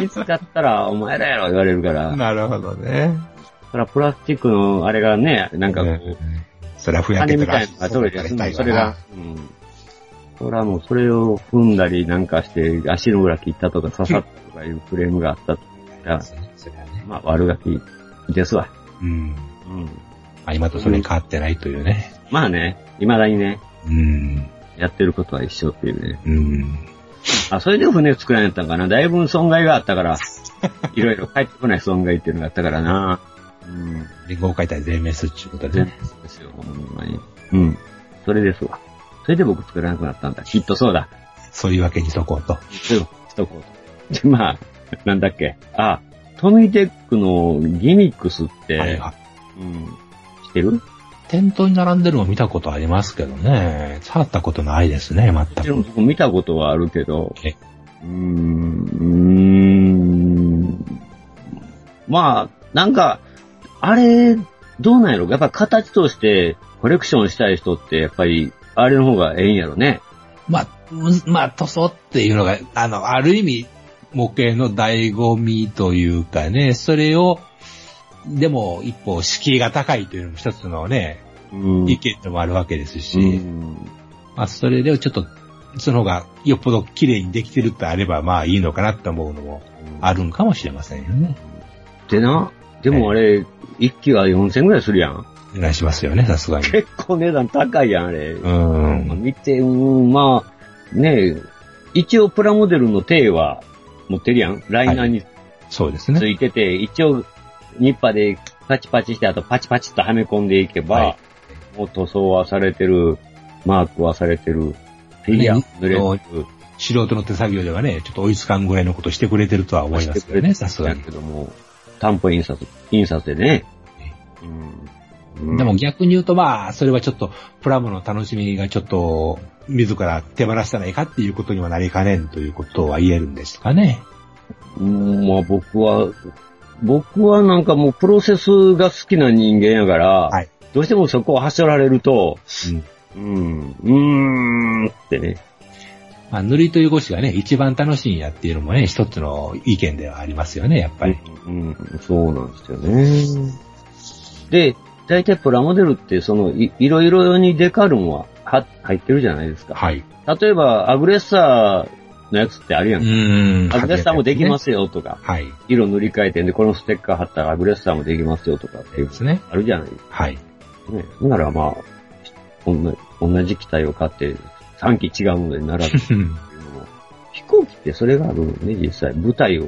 Speaker 3: 見つかったら、お前らやろ言われるから、
Speaker 8: なるほどね。
Speaker 3: そらプラスチックのあれがね、なんかこう、
Speaker 8: そりゃふや
Speaker 3: 金
Speaker 8: け
Speaker 3: み
Speaker 8: て
Speaker 3: たいなの
Speaker 8: ら
Speaker 3: が取れて、
Speaker 8: ら
Speaker 3: そ
Speaker 8: 痛いわな
Speaker 3: れが、うん。そらもうそれを踏んだりなんかして、足の裏切ったとか刺さったとかいうクレームがあったとか、
Speaker 8: それはね。
Speaker 3: まあ悪ガキですわ。
Speaker 8: うん。
Speaker 3: うん。
Speaker 8: まあ、今とそれに変わってないというね。
Speaker 3: まあね、未だにね、
Speaker 8: うん。
Speaker 3: やってることは一緒っていうね。
Speaker 8: うん。
Speaker 3: あ、それで船作らんやったんかな。だいぶ損害があった から、いろいろ返ってこない損害っていうのがあったからな。うん。
Speaker 8: 連合解体全滅っていうことで
Speaker 3: 全然
Speaker 8: ね。
Speaker 3: そうですよ、ほんまに。うん。それですわ。それで僕作らなくなったんだ。きっとそうだ。
Speaker 8: そういうわけにしとこうと。
Speaker 3: うん、しとこう。で、まあ、なんだっけ。あ、トミーテックのギミックスって、
Speaker 8: はいはい。
Speaker 3: うん。知ってる
Speaker 8: 店頭に並んでるのを見たことありますけどね。触ったことないですね、全
Speaker 3: でも
Speaker 8: く。
Speaker 3: 僕見たことはあるけど
Speaker 8: え、
Speaker 3: うーん、うーん。まあ、なんか、あれ、どうなんやろやっぱ形としてコレクションしたい人って、やっぱり、あれの方がええんやろね。
Speaker 8: まあ、むずまあ、塗装っていうのが、あの、ある意味、模型の醍醐味というかね、それを、でも、一方、敷居が高いというのも一つのね、
Speaker 3: うん
Speaker 8: 意見でもあるわけですし、
Speaker 3: うん
Speaker 8: まあ、それでちょっと、その方がよっぽど綺麗にできてるってあれば、まあいいのかなって思うのもあるんかもしれませんよね。
Speaker 3: でな、でもあれ、一機は4000ぐらいするやん。
Speaker 8: お願いしますよね、さすがに。
Speaker 3: 結構値段高いやん、あれ。
Speaker 8: うーん。
Speaker 3: 見て、うん、まあ、ねえ、一応プラモデルの体は持ってるやん。ライナーに
Speaker 8: そうです
Speaker 3: つ
Speaker 8: ね。
Speaker 3: いてて、一応、ニッパーでパチパチして、あとパチパチっとはめ込んでいけば、
Speaker 8: は
Speaker 3: もう塗装はされてる、マークはされてる、フィギュアも塗れ
Speaker 8: ね
Speaker 3: る、
Speaker 8: 素人の手作業ではね、ちょっと追いつかんぐらいのことしてくれてるとは思いますけどね、さすが
Speaker 3: だ
Speaker 8: に
Speaker 3: け。ども、担保印刷、印刷でね。うん
Speaker 8: でも、逆に言うとまあ、それはちょっと、プラモの楽しみがちょっと、自ら手放したらいいかっていうことにはなりかねんということは言えるんですかね。
Speaker 3: うんまあ僕は、僕はなんかもうプロセスが好きな人間やから、
Speaker 8: はい
Speaker 3: どうしてもそこを走られると、
Speaker 8: うん
Speaker 3: うん、うーんってね。
Speaker 8: まあ、塗りという越しがね、一番楽しいんやっていうのもね、一つの意見ではありますよね、やっぱり。
Speaker 3: うん、そうなんですよね。で、大体プラモデルってそのいいろいろにデカルンはは入ってるじゃないですか。
Speaker 8: はい。
Speaker 3: 例えばアグレッサーのやつってあるやん。
Speaker 8: ん。
Speaker 3: アグレッサーもできますすよとか、
Speaker 8: はい。
Speaker 3: 色塗り替えてんでこのステッカー貼ったらアグレッサーもできますよとかっていう
Speaker 8: ですね。
Speaker 3: あるじゃない
Speaker 8: はい。
Speaker 3: ね、ならまあ、同じ同じ機体を買って、3機違うものに並ぶっていうのも、 飛行機ってそれがあるのね、実際。舞台を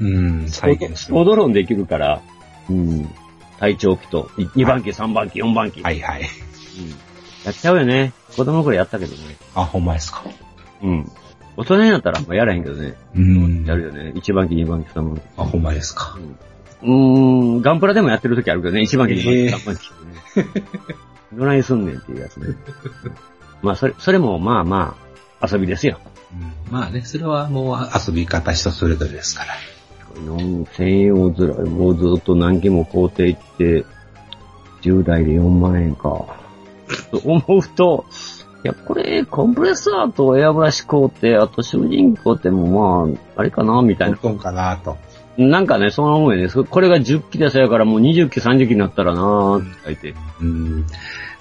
Speaker 8: うん、再現する。
Speaker 3: ドローンできるから、うん、体長機と、2番機、3番機、4番機。
Speaker 8: はいはい。
Speaker 3: うんやっちゃうよね。子供の頃やったけどね。
Speaker 8: あ、ほんまですか。
Speaker 3: うん。大人になったらあんまやらへんけどね。
Speaker 8: うん
Speaker 3: やるよね。1番機、2番機、3番機。
Speaker 8: あ、ほんまですか。
Speaker 3: うん、うーん、ガンプラでもやってる時あるけどね、一番機、2番機、3番機ってね。どないすんねんっていうやつ ね。まあ、それ、それもまあまあ、遊びですよ。
Speaker 8: まあね、それはもう遊び方人それぞれですから。
Speaker 3: 4000円をずら、もうずっと何件も工程行って、10代で4万円か。と思うと、いや、これ、コンプレッサーとエアブラシ工程、あと主人工ってもまあ、あれかな、みたいな。
Speaker 8: 本かなと。
Speaker 3: なんかね、その思いです。これが10機ですやから、もう20機、30機になったらなーって書いて。
Speaker 8: うん。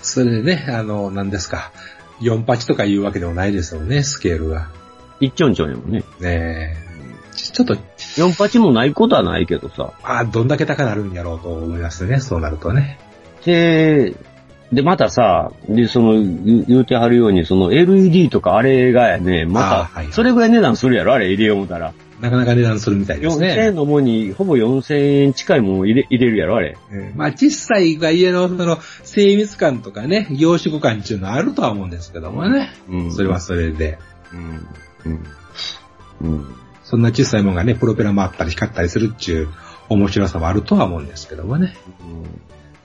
Speaker 8: それでね、あの、何ですか。4八とかいうわけでもないですよね、スケールが。
Speaker 3: 一丁んちょんやもんね。
Speaker 8: ねえ。ちちょっと、
Speaker 3: 4八もないことはないけどさ。
Speaker 8: あどんだけ高なるんやろうと思いますね、そうなるとね。
Speaker 3: で、で、またさ、で、その、言う言うてはるように、その LED とかあれがやね、
Speaker 8: あー
Speaker 3: ま
Speaker 8: はいはい
Speaker 3: た、それぐらい値段するやろ、あれ入れよう思たら。
Speaker 8: なかなか値段するみたいです
Speaker 3: 4000
Speaker 8: ね
Speaker 3: 円。のもんに、ほぼ4000円近いもん入れ入れるやろ、あれ。
Speaker 8: うんまあ、小さいが家の、その、精密感とかね、業種感っていうのはあるとは思うんですけどもね。
Speaker 3: うん
Speaker 8: それは。それで。
Speaker 3: うん。うん。うん。
Speaker 8: そんな小さいもんがね、プロペラ回ったり光ったりするっていう面白さはあるとは思うんですけどもね。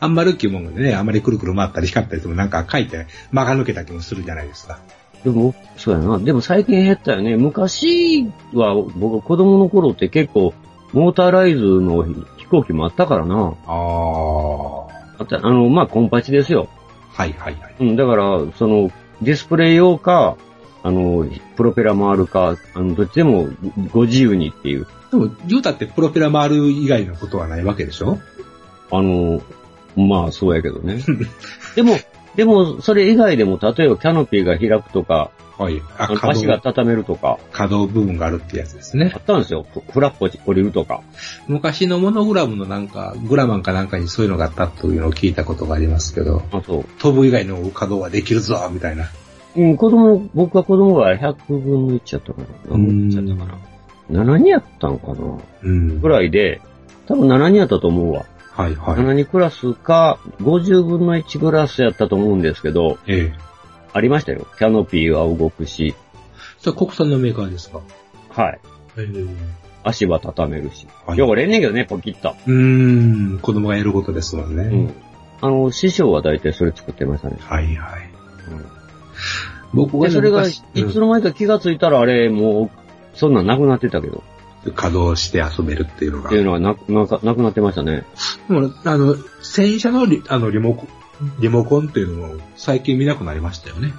Speaker 8: あんまるっていうもんでね、あんまりくるくる回ったり光ったりしてもなんか書いて間が抜けた気もするじゃないですか。
Speaker 3: でも、そうやな。でも最近減ったよね。昔は、僕、子供の頃って結構、モーターライズの飛行機もあったからな。
Speaker 8: ああ。は
Speaker 3: あった、あの、まあ、コンパチですよ。
Speaker 8: いはいはい。
Speaker 3: うん、だから、その、ディスプレイ用か、あの、プロペラ回るか、あの、どっちでもご自由にっていう。
Speaker 8: でも、ジョータってプロペラ回る以外のことはないわけでしょ
Speaker 3: あの、まあ、そうやけど ね。でも、でも、それ以外でも、例えばキャノピーが開くとか、
Speaker 8: はい。あ
Speaker 3: あの足が畳めるとか、
Speaker 8: 可動部分があるってやつですね
Speaker 3: あ。ったんですよ。フフラッポ降りるとか。
Speaker 8: 昔のモノグラムのなんか、グラマンかなんかにそういうのがあったというのを聞いたことがありますけど、
Speaker 3: あ、そう。
Speaker 8: 飛ぶ以外の可動はできるぞ、みたいな。
Speaker 3: うん、子供、僕は子供が100分の1やったかな。
Speaker 8: うん
Speaker 3: ちゃったかな。7人やったのかな
Speaker 8: うん
Speaker 3: ぐらいで、多分7人やったと思うわ。
Speaker 8: はいはい。
Speaker 3: 7人クラスか、50分の1クラスやったと思うんですけど、
Speaker 8: ええ。
Speaker 3: ありましたよ。キャノピーは動くし、
Speaker 8: それは国産のメーカーですか
Speaker 3: はい。
Speaker 8: ええ。う
Speaker 3: 足は畳めるし。
Speaker 8: はい
Speaker 3: 汚れんねんけどね、ポキッと。
Speaker 8: ーん、子供がやることですもんね。
Speaker 3: うん。あの、師匠は大体それ作ってましたね。
Speaker 8: はいはい。
Speaker 3: うん
Speaker 8: 僕
Speaker 3: で、
Speaker 8: が
Speaker 3: それが、い
Speaker 8: 昔うん
Speaker 3: つの間にか気がついたら、あれ、もう、そんなんなくなってたけど。
Speaker 8: 稼働して遊べるっていうの
Speaker 3: っ
Speaker 8: が。
Speaker 3: ていうのはな、なんか、なくなってましたね。
Speaker 8: もうあの、戦車のリあのリモコン、リモコンっていうのを最近見なくなりましたよね。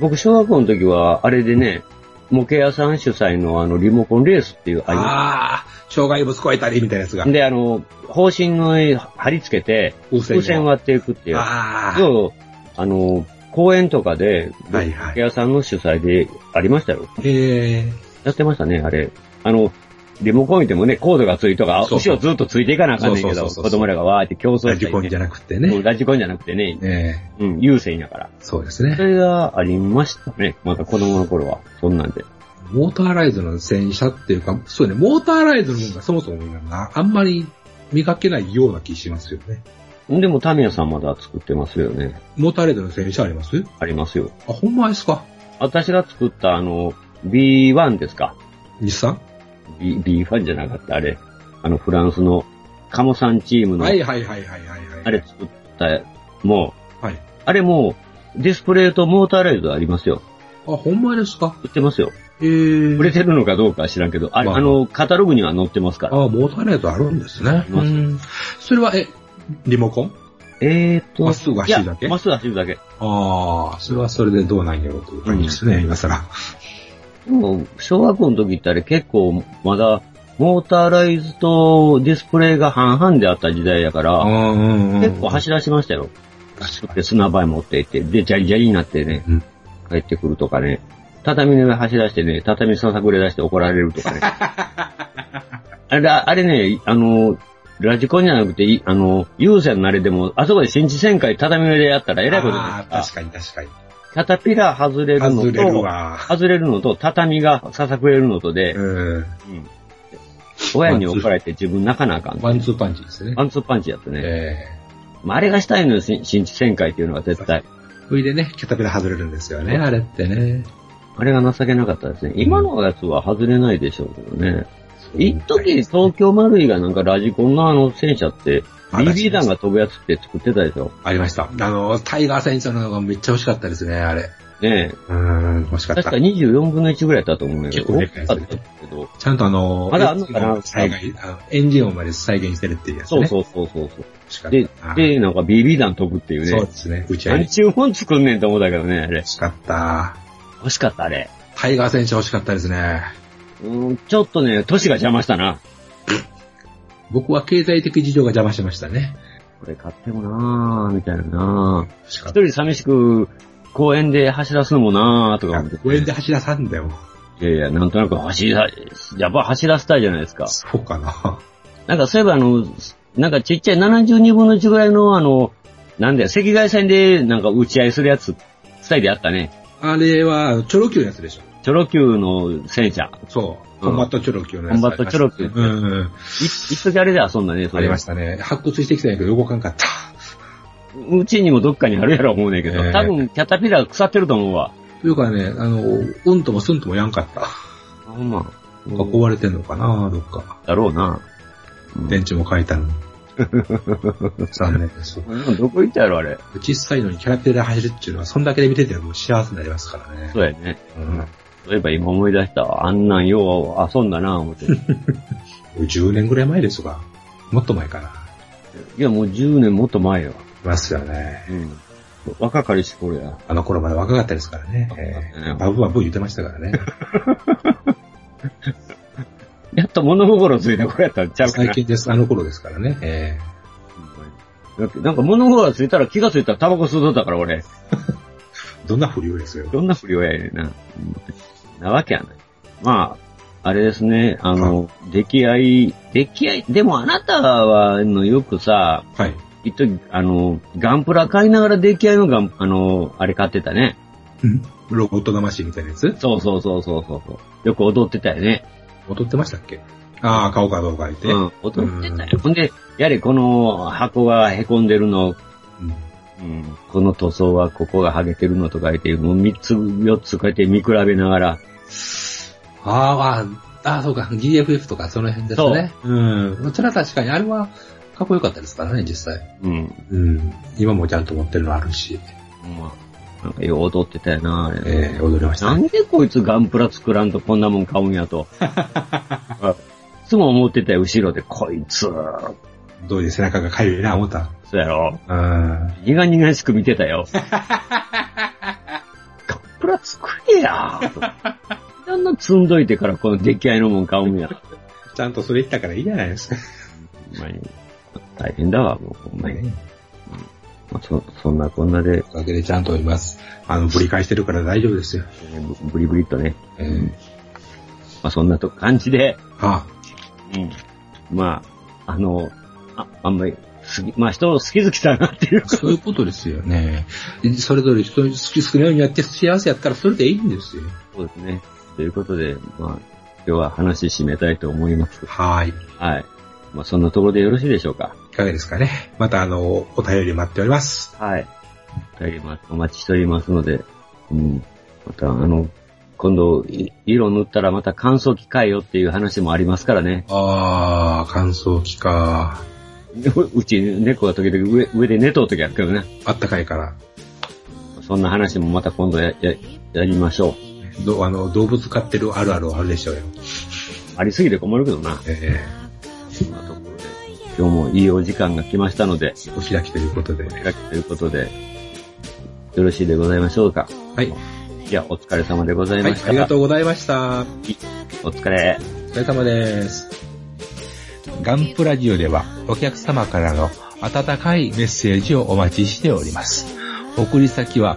Speaker 3: 僕、小学校の時は、あれでね、模型屋さん主催のあの、リモコンレースっていう、あ
Speaker 8: ああ、障害物超えたりみたいなやつが。
Speaker 3: で、あの、方針の貼り付けて、
Speaker 8: 風
Speaker 3: 風船割っていくっていう。
Speaker 8: ああ、
Speaker 3: そう、あの、公園とかで、模
Speaker 8: はいはい
Speaker 3: 型屋さんの主催でありましたよ。
Speaker 8: ええ
Speaker 3: やってましたね、あれ。あの、リモコンでもね、コードがついとか、
Speaker 8: そ
Speaker 3: 後
Speaker 8: うそう
Speaker 3: ろずっとついていかなあかんねんけ
Speaker 8: そ
Speaker 3: ど、
Speaker 8: うそうそうそう
Speaker 3: 子供らがわーって競争
Speaker 8: ラ
Speaker 3: して、
Speaker 8: ジ
Speaker 3: ね。
Speaker 8: コンじゃなくて
Speaker 3: う
Speaker 8: ね
Speaker 3: ん。ラジコンじゃなくてね、
Speaker 8: え
Speaker 3: うん、優先やから。
Speaker 8: えそうです
Speaker 3: そ
Speaker 8: ね。
Speaker 3: れがありましたね。まだ子供の頃は。そんなんで。
Speaker 8: モーターライズの戦車っていうか、そうね、モーターライズのものがそもそもなあんまり見かけないような気しますよね。
Speaker 3: でも、タミヤさんまだ作ってますよね。
Speaker 8: モーターライズの戦車あります
Speaker 3: ありますよ。
Speaker 8: あ、ほんまですか
Speaker 3: 私が作った、あの、B1 ですか。
Speaker 8: 日産
Speaker 3: B、B1 じゃなかった、あれ。あの、フランスの、カモさんチームの、
Speaker 8: はいはいはいはいはいはい。
Speaker 3: あれ作った、もう、
Speaker 8: はい
Speaker 3: あれもう、ディスプレイとモーターレードありますよ。
Speaker 8: あ、ほんまですか
Speaker 3: 売ってますよ。
Speaker 8: ええ
Speaker 3: 売れてるのかどうかは知らんけど、あれ、
Speaker 8: まあ
Speaker 3: あの、カタログには載ってますから。
Speaker 8: ああ、モーターライトあるんですね。
Speaker 3: ります
Speaker 8: うんそれは、え、リモコン
Speaker 3: えーっと、
Speaker 8: まっすぐ走るだ
Speaker 3: い
Speaker 8: け
Speaker 3: やまっすぐ走るだけ。
Speaker 8: ああ、それはそれでどうなんやろうという感じですね、今更。
Speaker 3: でも小学校の時ってあれ結構まだモーターライズとディスプレイが半々であった時代やから、結構走らしましたよ。で砂場へ持って行って、で、ジャリジャリになってね、
Speaker 8: うん
Speaker 3: 帰ってくるとかね、畳の上走らしてね、畳ささくれ出して怒られるとか ね。あれ、あれね、あの、ラジコンじゃなくて、いあの、有線のあれでも、あそこで新地旋回畳の上でやったらえらいこと
Speaker 8: あ
Speaker 3: で
Speaker 8: あ、
Speaker 3: す
Speaker 8: 確かに確かに。
Speaker 3: キャタピラー外れるのと、
Speaker 8: 外れるわ。
Speaker 3: 外れるのと、畳がささくれるのとで、
Speaker 8: うん。
Speaker 3: うん親に怒られて自分泣かなあかん。
Speaker 8: ワンツーパンチですね。
Speaker 3: ワンツーパンチやったね。
Speaker 8: ええ
Speaker 3: まあ、あれがしたいのよ、し新地旋回っていうのは絶対。
Speaker 8: それでね、キャタピラ外れるんですよね、あれってね。
Speaker 3: あれが情けなかったですね。今のやつは外れないでしょうけどね。一時
Speaker 8: に
Speaker 3: 東京マルイがなんかラジコンのあの戦車って、
Speaker 8: あ出
Speaker 3: BB
Speaker 8: しま
Speaker 3: 弾
Speaker 8: した
Speaker 3: が飛ぶやつって作ってたでしょ。
Speaker 8: ありました。あの、タイガー戦車の方がめっちゃ欲しかったですね、あれ。
Speaker 3: ねえ。
Speaker 8: うーん、欲しかっ
Speaker 3: 確
Speaker 8: た
Speaker 3: か。24分の1ぐらいだったと思うんだけど。
Speaker 8: 結構でかいやつ
Speaker 3: 大きかったけど。
Speaker 8: ちゃんとあの、
Speaker 3: まだあんのかな
Speaker 8: 再現あのエンジン音まで再現してるっていうやつ
Speaker 3: そう
Speaker 8: ね。
Speaker 3: そうそうそうそう。
Speaker 8: 欲しかった
Speaker 3: で
Speaker 8: あ、ー
Speaker 3: で、なんか BB 弾飛ぶっていう
Speaker 8: そう
Speaker 3: ね
Speaker 8: で。すね。打ち合い
Speaker 3: 何
Speaker 8: 欲
Speaker 3: 注文作んねんと思ったけどね、あれ。
Speaker 8: しかった。
Speaker 3: 欲しかった、あれ。
Speaker 8: タイガー戦車欲しかったですね。
Speaker 3: うん、ちょっとね、都市が邪魔したな。
Speaker 8: 僕は経済的事情が邪魔しましたね。
Speaker 3: これ買ってもなぁ、みたいななぁ。
Speaker 8: 欲しか
Speaker 3: 一
Speaker 8: った。
Speaker 3: 人寂しく公園で走らすのもなぁ、とか思って。
Speaker 8: 公園で走らさんでも。
Speaker 3: いやいや、なんとなく走ら、やっぱ走らせたいじゃないですか。
Speaker 8: そうかな。
Speaker 3: なんかそういえばあの、なんかちっちゃい72分の1ぐらいのあの、なんだよ、赤外線でなんか打ち合いするやつ、伝えであったね。
Speaker 8: あれは、チョロ Q のやつでしょ。
Speaker 3: チョロ Q の戦車。
Speaker 8: そう。
Speaker 3: うん
Speaker 8: コンバットチョロ Q のや
Speaker 3: コ
Speaker 8: つ。
Speaker 3: ンバットチョロ Q
Speaker 8: うんう
Speaker 3: い
Speaker 8: ん。
Speaker 3: 一時あれで遊んだね、そ
Speaker 8: あ
Speaker 3: れ。
Speaker 8: りましたね。発掘してきたんやけど動かんかった。
Speaker 3: うちにもどっかにあるやろ思うねんけど、
Speaker 8: ええ
Speaker 3: 多分キャタピラー腐ってると思うわ。
Speaker 8: というかね、あの、うんともすんともやんかった。
Speaker 3: ほんま。
Speaker 8: なんか壊れてんのかなどっか。
Speaker 3: だろうな。
Speaker 8: 電池も変えたの に。残念です。
Speaker 3: うんどこ行ったやろ、あれ。
Speaker 8: 小さいのにキャラクターで走るっていうのは、そんだけで見ててもう幸せになりますからね。
Speaker 3: そうやね。
Speaker 8: うん。も
Speaker 3: そういえば今思い出したわ。あんなんよう遊んだな、 思って。いう
Speaker 8: 10年ぐらい前ですが、もっと前かな。
Speaker 3: や、もう10年もっと前よ。
Speaker 8: いますよね。
Speaker 3: うん。若かりし頃や。
Speaker 8: あの頃まだ若かったですからね。
Speaker 3: た
Speaker 8: え
Speaker 3: ね
Speaker 8: ーバブバブ言ってましたから ね。
Speaker 3: やっと物心ついた頃やったんちゃうか
Speaker 8: 最
Speaker 3: な。
Speaker 8: 近です。あの頃ですからね。え
Speaker 3: だってなんか物心ついたら気がついたらタバコ吸うとったから俺。
Speaker 8: ーどんな不良ですよ。
Speaker 3: どんな不良やねんな。うんなわけやない。まあ、あれですね、あの、出来合い、出来合い、でもあなたは、あの、よくさ、
Speaker 8: はい。
Speaker 3: 一時、あの、ガンプラ買いながら出来合いのガン、あの、あれ買ってたね。
Speaker 8: うんロボット魂みたいなやつ
Speaker 3: そうそうそうそうそうそう。よく踊ってたよね。
Speaker 8: 踊ってましたっけああ、顔かどうか言って。
Speaker 3: う
Speaker 8: うん
Speaker 3: ん、踊ってたよ。ほんで、やれこの箱が凹んでるの、うん、この塗装はここが剥げてるのとか言って、もう3つ、4つこうやって見比べながら、
Speaker 8: あーあ、ああ、そうか。DFF とかその辺ですね。うん。それは確かに、あれはかっこよかったですからね、実際。
Speaker 3: うん、
Speaker 8: うん。今もちゃんと持ってるのあるし、
Speaker 3: まあ、なんかよう踊ってたよな、あれ。
Speaker 8: えー、踊りました
Speaker 3: な
Speaker 8: ね。
Speaker 3: んでこいつガンプラ作らんとこんなもん買うんやと。あいつも思ってたよ、後ろで、こいつ。そ
Speaker 8: どういう背中がかゆいな、思った。
Speaker 3: うやろ。
Speaker 8: うん。
Speaker 3: 苦々しく見てたよ。ガンプラ作れや。あんな積んどいてからこの出来合いのもん買うんや。
Speaker 8: ちゃんとそれ言ったからいいじゃないですか。
Speaker 3: ほんまに大変だわ、もう、ほんまに。まあそ、そんなこんなで、
Speaker 8: おかげでちゃんといます。あの、ぶり返してるから大丈夫ですよ。
Speaker 3: えーぶブリブリっとね。
Speaker 8: えー、
Speaker 3: まあ、そんなと感じで、
Speaker 8: は
Speaker 3: うん。まあ、あの、あ、あんまり、すぎ、まあ人を好き好きだなっていう
Speaker 8: あ、。そういうことですよね。それぞれ人に好き好きなようにやって幸せやったらそれでいいんですよ。
Speaker 3: そうですね。ということで、まあ、今日は話締めたいと思います。
Speaker 8: はーい。
Speaker 3: はい。まあ、そんなところでよろしいでしょうか。
Speaker 8: いかがですかね。またあの、お便り待っております。
Speaker 3: はい。お便りまお待ちしておりますので、うん。また、あの、今度、い色塗ったらまた乾燥機かえよっていう話もありますからね。
Speaker 8: あー、乾燥機か。
Speaker 3: うち、猫が時々上上で寝とう時あるけどね。
Speaker 8: あったかいから。
Speaker 3: そんな話もまた今度や、や、やりましょう。
Speaker 8: どあの動物飼ってるあるあるあるでしょうよ。
Speaker 3: ありすぎて困るけどな。
Speaker 8: え
Speaker 3: そんなところで、今日もいいお時間が来ましたので、
Speaker 8: えお開きということで。
Speaker 3: お開きということで、よろしいでございましょうか。
Speaker 8: はい。
Speaker 3: いや、お疲れ様でござい
Speaker 8: は
Speaker 3: ま
Speaker 8: い
Speaker 3: し、た。
Speaker 8: ありがとうございました。
Speaker 3: お疲れ。
Speaker 8: お疲れ様です。ガンプラジオではお客様からの温かいメッセージをお待ちしております。送り先は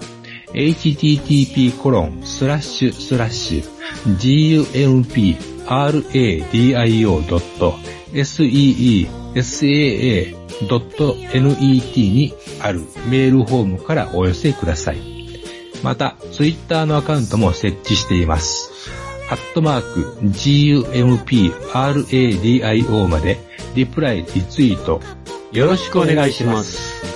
Speaker 8: http://gumpradio.seesaa.net にあるメールフォームからお寄せください。また、ツイッターのアカウントも設置しています。アットマーク、GUMPRADIO まで、リプライ、リツイート、よろしくお願いします。